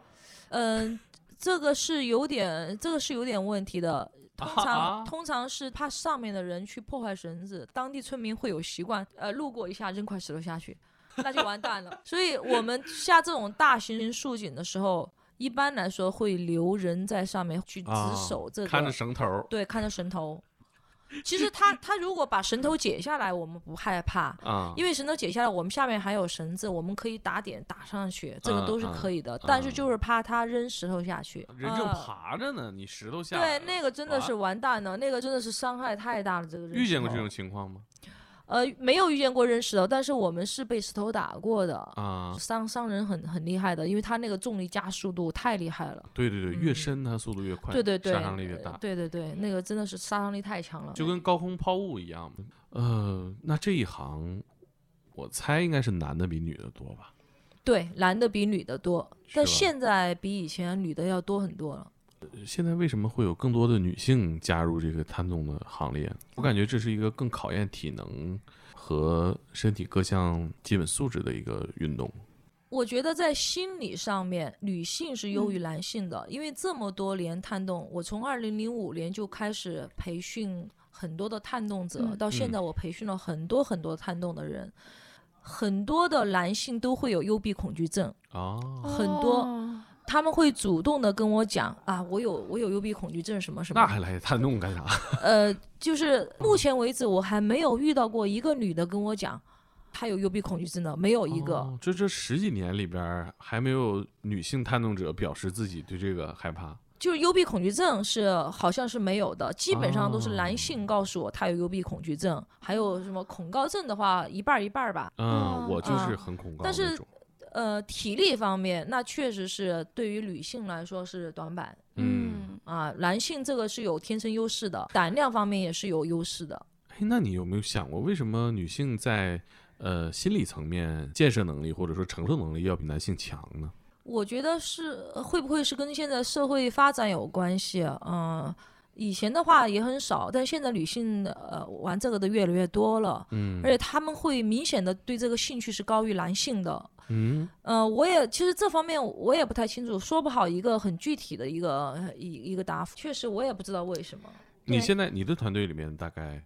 [SPEAKER 4] 嗯，这个是有点，这个是有点问题的。通常、
[SPEAKER 5] 啊
[SPEAKER 4] 通常是怕上面的人去破坏绳子，当地村民会有习惯，呃，路过一下扔块石头下去，那就完蛋了。所以我们下这种大型竖井的时候，一般来说会留人在上面去值
[SPEAKER 5] 啊
[SPEAKER 4] 守这个，
[SPEAKER 5] 看着绳头儿
[SPEAKER 4] 对，看着绳头。其实他他如果把绳头解下来，我们不害怕，
[SPEAKER 5] 啊，
[SPEAKER 4] 因为绳头解下来，我们下面还有绳子，我们可以打点打上去，这个
[SPEAKER 5] 嗯
[SPEAKER 4] 都是
[SPEAKER 5] 嗯
[SPEAKER 4] 可以的。但是
[SPEAKER 5] 嗯
[SPEAKER 4] 就是怕他扔石头下去，
[SPEAKER 5] 人正
[SPEAKER 4] 呃
[SPEAKER 5] 爬着呢，你石头下来
[SPEAKER 4] 对，
[SPEAKER 5] 了
[SPEAKER 4] 那个真的是
[SPEAKER 5] 哇
[SPEAKER 4] 完蛋了，那个真的是伤害太大了。这个人
[SPEAKER 5] 遇见过
[SPEAKER 4] 石
[SPEAKER 5] 这
[SPEAKER 4] 头
[SPEAKER 5] 种情况吗？
[SPEAKER 4] 呃，没有遇见过扔石头，但是我们是被石头打过的，
[SPEAKER 5] 啊，
[SPEAKER 4] 伤伤人很很厉害的，因为他那个重力加速度太厉害了。
[SPEAKER 5] 对对对，越
[SPEAKER 4] 嗯
[SPEAKER 5] 深它速度越快，
[SPEAKER 4] 对对对，
[SPEAKER 5] 杀伤力越
[SPEAKER 4] 呃
[SPEAKER 5] 大，
[SPEAKER 4] 对对对，那个真的是杀伤力太强了。
[SPEAKER 5] 就跟高空抛物一样。呃，那这一行，我猜应该是男的比女的多吧？
[SPEAKER 4] 对，男的比女的多，
[SPEAKER 5] 是
[SPEAKER 4] 但
[SPEAKER 5] 吧
[SPEAKER 4] 现在比以前女的要多很多了。
[SPEAKER 5] 现在为什么会有更多的女性加入这个探洞的行列？我感觉这是一个更考验体能和身体各项基本素质的一个运动。
[SPEAKER 4] 我觉得在心理上面，女性是优于男性的，因为这么多年探洞，我从二零零五年就开始培训很多的探洞者，
[SPEAKER 6] 嗯
[SPEAKER 4] 到现在我培训了很多很多探洞的人，很多的男性都会有幽闭恐惧症，
[SPEAKER 5] 哦，
[SPEAKER 4] 很多
[SPEAKER 6] 哦
[SPEAKER 4] 他们会主动的跟我讲啊，我有我有幽闭恐惧症什么什么
[SPEAKER 5] 那
[SPEAKER 4] 的，
[SPEAKER 5] 还来探洞干啥？
[SPEAKER 4] 呃，就是目前为止，我还没有遇到过一个女的跟我讲她有幽闭恐惧症的，没有一个。
[SPEAKER 5] 哦这这十几年里边儿还没有女性探洞者表示自己对这个害怕。
[SPEAKER 4] 就是幽闭恐惧症是好像是没有的，基本上都是男性告诉我他有幽闭恐惧症，还有什么恐高症的话，一半儿一半儿吧。
[SPEAKER 5] 嗯，
[SPEAKER 6] 哦
[SPEAKER 5] 我就是
[SPEAKER 4] 啊
[SPEAKER 5] 很恐高那
[SPEAKER 4] 但是
[SPEAKER 5] 种。
[SPEAKER 4] 呃，体力方面，那确实是对于女性来说是短板
[SPEAKER 5] 嗯，
[SPEAKER 6] 嗯，
[SPEAKER 4] 啊，男性这个是有天生优势的，胆量方面也是有优势的。
[SPEAKER 5] 哎，那你有没有想过，为什么女性在呃心理层面建设能力或者说承受能力要比男性强呢？
[SPEAKER 4] 我觉得是呃会不会是跟现在社会发展有关系？嗯、以前的话也很少，但现在女性呃玩这个的越来越多了，
[SPEAKER 5] 嗯
[SPEAKER 4] 而且他们会明显的对这个兴趣是高于男性的。
[SPEAKER 5] 嗯
[SPEAKER 4] 呃，我也其实这方面我也不太清楚，说不好一个很具体的一个呃一一个答复。确实我也不知道为什么，
[SPEAKER 5] 你
[SPEAKER 6] 对
[SPEAKER 5] 现在你的团队里面大概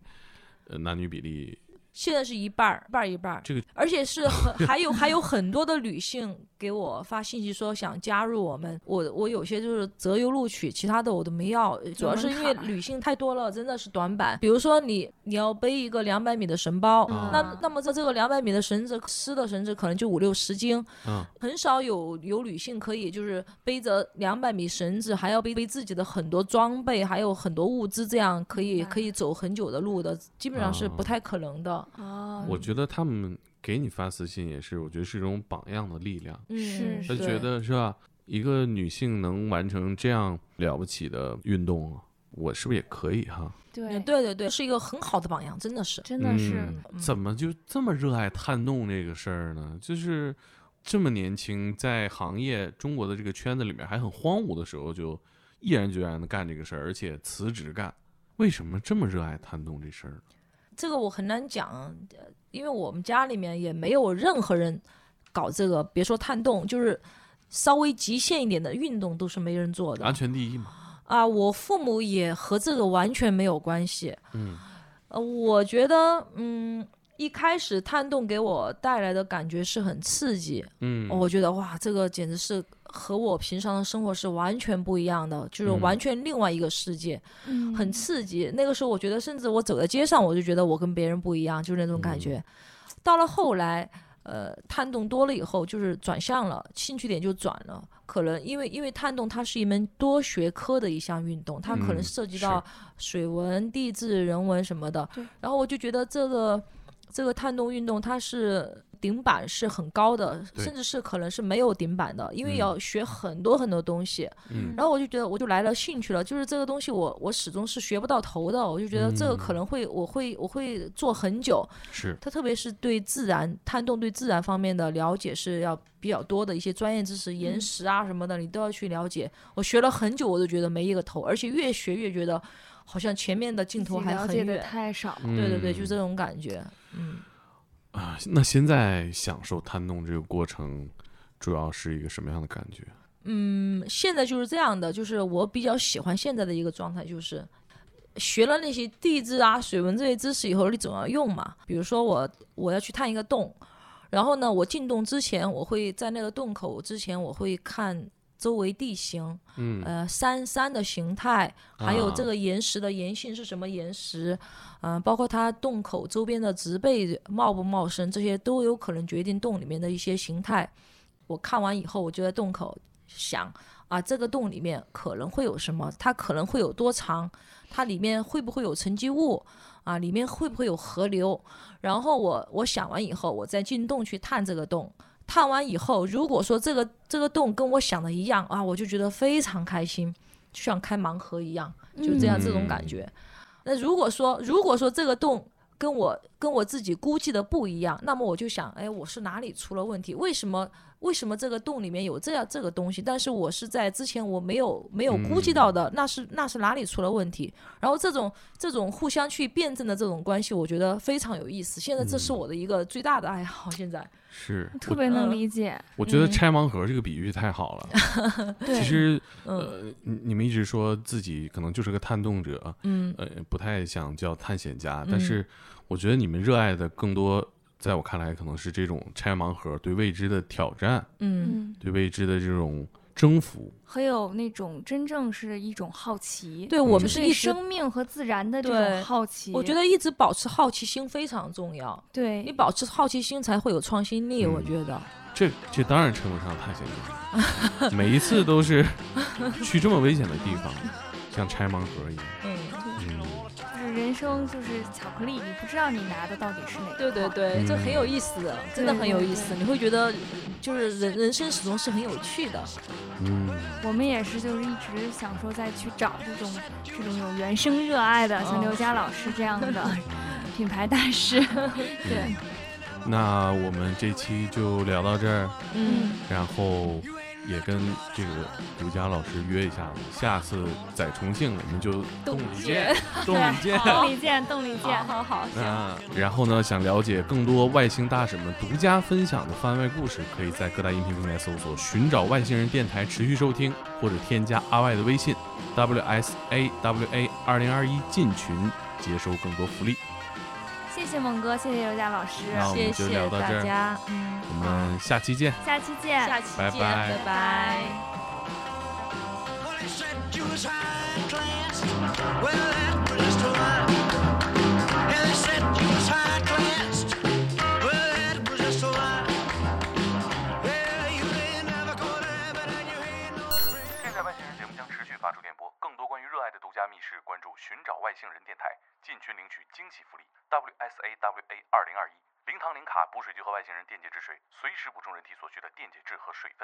[SPEAKER 5] 呃男女比例
[SPEAKER 4] 现在是一半儿，半儿一半儿。
[SPEAKER 5] 这个
[SPEAKER 4] 而且是很还有还有很多的女性给我发信息说想加入我们，我我有些就是择优录取，其他的我都没要，主要是因为
[SPEAKER 6] 门槛儿
[SPEAKER 4] 女性太多了，真的是短板。比如说你你要背一个两百米的绳包，
[SPEAKER 5] 嗯
[SPEAKER 4] 哦那那么在这个两百米的绳子湿的绳子可能就五六十斤，
[SPEAKER 5] 嗯
[SPEAKER 4] 很少有有女性可以就是背着两百米绳子，还要背背自己的很多装备，还有很多物资，这样可以
[SPEAKER 6] 明白
[SPEAKER 4] 可以走很久的路的，基本上是
[SPEAKER 5] 哦
[SPEAKER 4] 不太可能的。
[SPEAKER 6] 哦
[SPEAKER 4] 嗯
[SPEAKER 5] 我觉得他们给你发私信也是，我觉得是一种榜样的力量。
[SPEAKER 4] 嗯，
[SPEAKER 6] 是
[SPEAKER 5] 他
[SPEAKER 6] 是
[SPEAKER 5] 觉
[SPEAKER 4] 对
[SPEAKER 5] 得是吧？一个女性能完成这样了不起的运动啊，我是不是也可以哈？
[SPEAKER 6] 对
[SPEAKER 4] 嗯，对对对，是一个很好的榜样，真的是。
[SPEAKER 6] 真的是、
[SPEAKER 5] 嗯、怎么就这么热爱探洞这个事儿呢？就是这么年轻，在行业中国的这个圈子里面还很荒芜的时候，就毅然决然的干这个事儿，而且辞职干。为什么这么热爱探洞这事儿？
[SPEAKER 4] 这个我很难讲，呃因为我们家里面也没有任何人搞这个，别说探洞，就是稍微极限一点的运动都是没人做的
[SPEAKER 5] 安全第一嘛。
[SPEAKER 4] 啊。我父母也和这个完全没有关系。
[SPEAKER 5] 嗯，
[SPEAKER 4] 呃，我觉得，嗯，一开始探洞给我带来的感觉是很刺激，
[SPEAKER 5] 嗯，
[SPEAKER 4] 我觉得哇，这个简直是和我平常的生活是完全不一样的，就是
[SPEAKER 5] 嗯
[SPEAKER 4] 完全另外一个世界。
[SPEAKER 6] 嗯
[SPEAKER 4] 很刺激。那个时候，我觉得甚至我走在街上，我就觉得我跟别人不一样，就是那种
[SPEAKER 5] 嗯
[SPEAKER 4] 感觉。到了后来，呃，探洞多了以后，就是转向了，兴趣点就转了。可能因为因为探洞它是一门多学科的一项运动，它可
[SPEAKER 5] 嗯
[SPEAKER 4] 能涉及
[SPEAKER 5] 是
[SPEAKER 4] 到水文、地质、人文什么的
[SPEAKER 6] 对。
[SPEAKER 4] 然后我就觉得这个这个探洞运动它是。顶板是很高的，
[SPEAKER 5] 对
[SPEAKER 4] 甚至是可能是没有顶板的，因为
[SPEAKER 5] 嗯
[SPEAKER 4] 要学很多很多东西。
[SPEAKER 5] 嗯
[SPEAKER 4] 然后我就觉得我就来了兴趣了，就是这个东西我我始终是学不到头的，我就觉得这个可
[SPEAKER 6] 嗯
[SPEAKER 4] 能会我会我会做很久。
[SPEAKER 5] 是
[SPEAKER 4] 它特别是对自然探洞对自然方面的了解是要比较多的一些专业知识，
[SPEAKER 6] 嗯
[SPEAKER 4] 岩石啊什么的你都要去了解。我学了很久，我都觉得没一个头，而且越学越觉得好像前面的镜头还
[SPEAKER 6] 了
[SPEAKER 4] 很
[SPEAKER 6] 解的
[SPEAKER 4] 远。
[SPEAKER 6] 太少，
[SPEAKER 4] 对对对，就
[SPEAKER 5] 嗯
[SPEAKER 4] 这种感觉。
[SPEAKER 5] 啊，那现在享受探洞这个过程，主要是一个什么样的感觉？
[SPEAKER 4] 嗯，现在就是这样的，就是我比较喜欢现在的一个状态，就是学了那些地质啊、水文这些知识以后，你总要用嘛。比如说我我要去探一个洞，然后呢，我进洞之前，我会在那个洞口之前，我会看周围地形，
[SPEAKER 5] 嗯
[SPEAKER 4] 呃，山山的形态，还有这
[SPEAKER 5] 啊
[SPEAKER 4] 个岩石的岩性是什么岩石，嗯、包括它洞口周边的植被茂不茂盛，这些都有可能决定洞里面的一些形态。我看完以后，我就在洞口想啊，这个洞里面可能会有什么？它可能会有多长？它里面会不会有沉积物？啊，里面会不会有河流？然后我我想完以后，我再进洞去探这个洞。探完以后，如果说这个这个洞跟我想的一样啊，我就觉得非常开心，就像开盲盒一样，就这样、
[SPEAKER 5] 嗯
[SPEAKER 4] 这种感觉。那如果说如果说这个洞跟我跟我自己估计的不一样，那么我就想，哎，我是哪里出了问题？为什么为什么这个洞里面有这样这个东西？但是我是在之前我没有没有估计到的，那是那是哪里出了问题？然后这种这种互相去辩证的这种关系，我觉得非常有意思。现在这是我的一个最大的爱好。现在，
[SPEAKER 5] 是
[SPEAKER 6] 特
[SPEAKER 5] 我
[SPEAKER 6] 别能
[SPEAKER 4] 嗯
[SPEAKER 6] 理解。
[SPEAKER 5] 我觉得
[SPEAKER 4] 嗯
[SPEAKER 5] 拆盲盒这个比喻太好了。
[SPEAKER 6] 对，
[SPEAKER 5] 其实
[SPEAKER 4] 嗯
[SPEAKER 5] 呃，你你们一直说自己可能就是个探洞者，
[SPEAKER 4] 嗯
[SPEAKER 5] 呃，不太想叫探险家，但
[SPEAKER 4] 嗯
[SPEAKER 5] 是我觉得你们热爱的更多，在我看来可能是这种拆盲盒对未知的挑战，
[SPEAKER 4] 嗯，
[SPEAKER 6] 嗯，
[SPEAKER 5] 对未知的这种征服。
[SPEAKER 6] 还有那种真正是一种好奇，
[SPEAKER 4] 对我们是一
[SPEAKER 6] 对
[SPEAKER 4] 直，
[SPEAKER 6] 生命和自然的这种
[SPEAKER 4] 对
[SPEAKER 6] 好奇。
[SPEAKER 4] 我觉得一直保持好奇心非常重要。
[SPEAKER 6] 对，
[SPEAKER 4] 你保持好奇心才会有创新力，
[SPEAKER 5] 嗯
[SPEAKER 4] 我觉得。
[SPEAKER 5] 这这当然称不上探险家，每一次都是去这么危险的地方，像拆盲盒一样。
[SPEAKER 4] 嗯，
[SPEAKER 5] 嗯，
[SPEAKER 6] 就是人生就是巧克力，你不知道你拿的到底是哪个。
[SPEAKER 4] 对对对，
[SPEAKER 5] 嗯
[SPEAKER 4] 这很有意思的，真的很有意思。
[SPEAKER 6] 对对对
[SPEAKER 4] 你会觉得，就是人人生始终是很有趣的。
[SPEAKER 5] 嗯，
[SPEAKER 6] 我们也是，就是一直想说再去找这种这种有原生哦热爱的，像
[SPEAKER 4] 嗯
[SPEAKER 6] 刘佳老师这样的品牌大师。对，
[SPEAKER 5] 那我们这期就聊到这儿，
[SPEAKER 4] 嗯，
[SPEAKER 5] 然后也跟这个吴佳老师约一下，下次在重庆我们就动
[SPEAKER 4] 动
[SPEAKER 5] 里
[SPEAKER 4] 见
[SPEAKER 5] 见，动里见。
[SPEAKER 6] 动力见，动力见，
[SPEAKER 4] 好好行，
[SPEAKER 5] 那然后呢，想了解更多外星大神们独家分享的番外故事，可以在各大音频平台搜索“寻找外星人电台”持续收听，或者添加阿外的微信 w s a w a 二零二一 E 进群，接收更多福利。
[SPEAKER 6] 谢谢猛哥，谢谢刘佳老师，
[SPEAKER 5] 那我们
[SPEAKER 4] 谢
[SPEAKER 5] 就聊
[SPEAKER 4] 谢
[SPEAKER 5] 到这
[SPEAKER 4] 大
[SPEAKER 5] 儿，
[SPEAKER 4] 家，嗯，
[SPEAKER 5] 我们下期见。
[SPEAKER 6] 下期见，
[SPEAKER 4] 下期
[SPEAKER 5] 拜
[SPEAKER 4] 见，
[SPEAKER 5] 拜
[SPEAKER 4] 拜拜。
[SPEAKER 7] Well, they said you was high class. Well, that was just a lie. Yeah, they said you was high class. Well, that was just a lie. Well, you ain't never gonna have it, and you ain't no free.
[SPEAKER 2] 现在外星人节目将持续发出电波，更多关于热爱的独家密室，关注“寻找外星人”电台，进群领取惊喜福利。WSAWA 二零二一，零糖零卡补水机和外星人电解质水，随时补充人体所需的电解质和水分。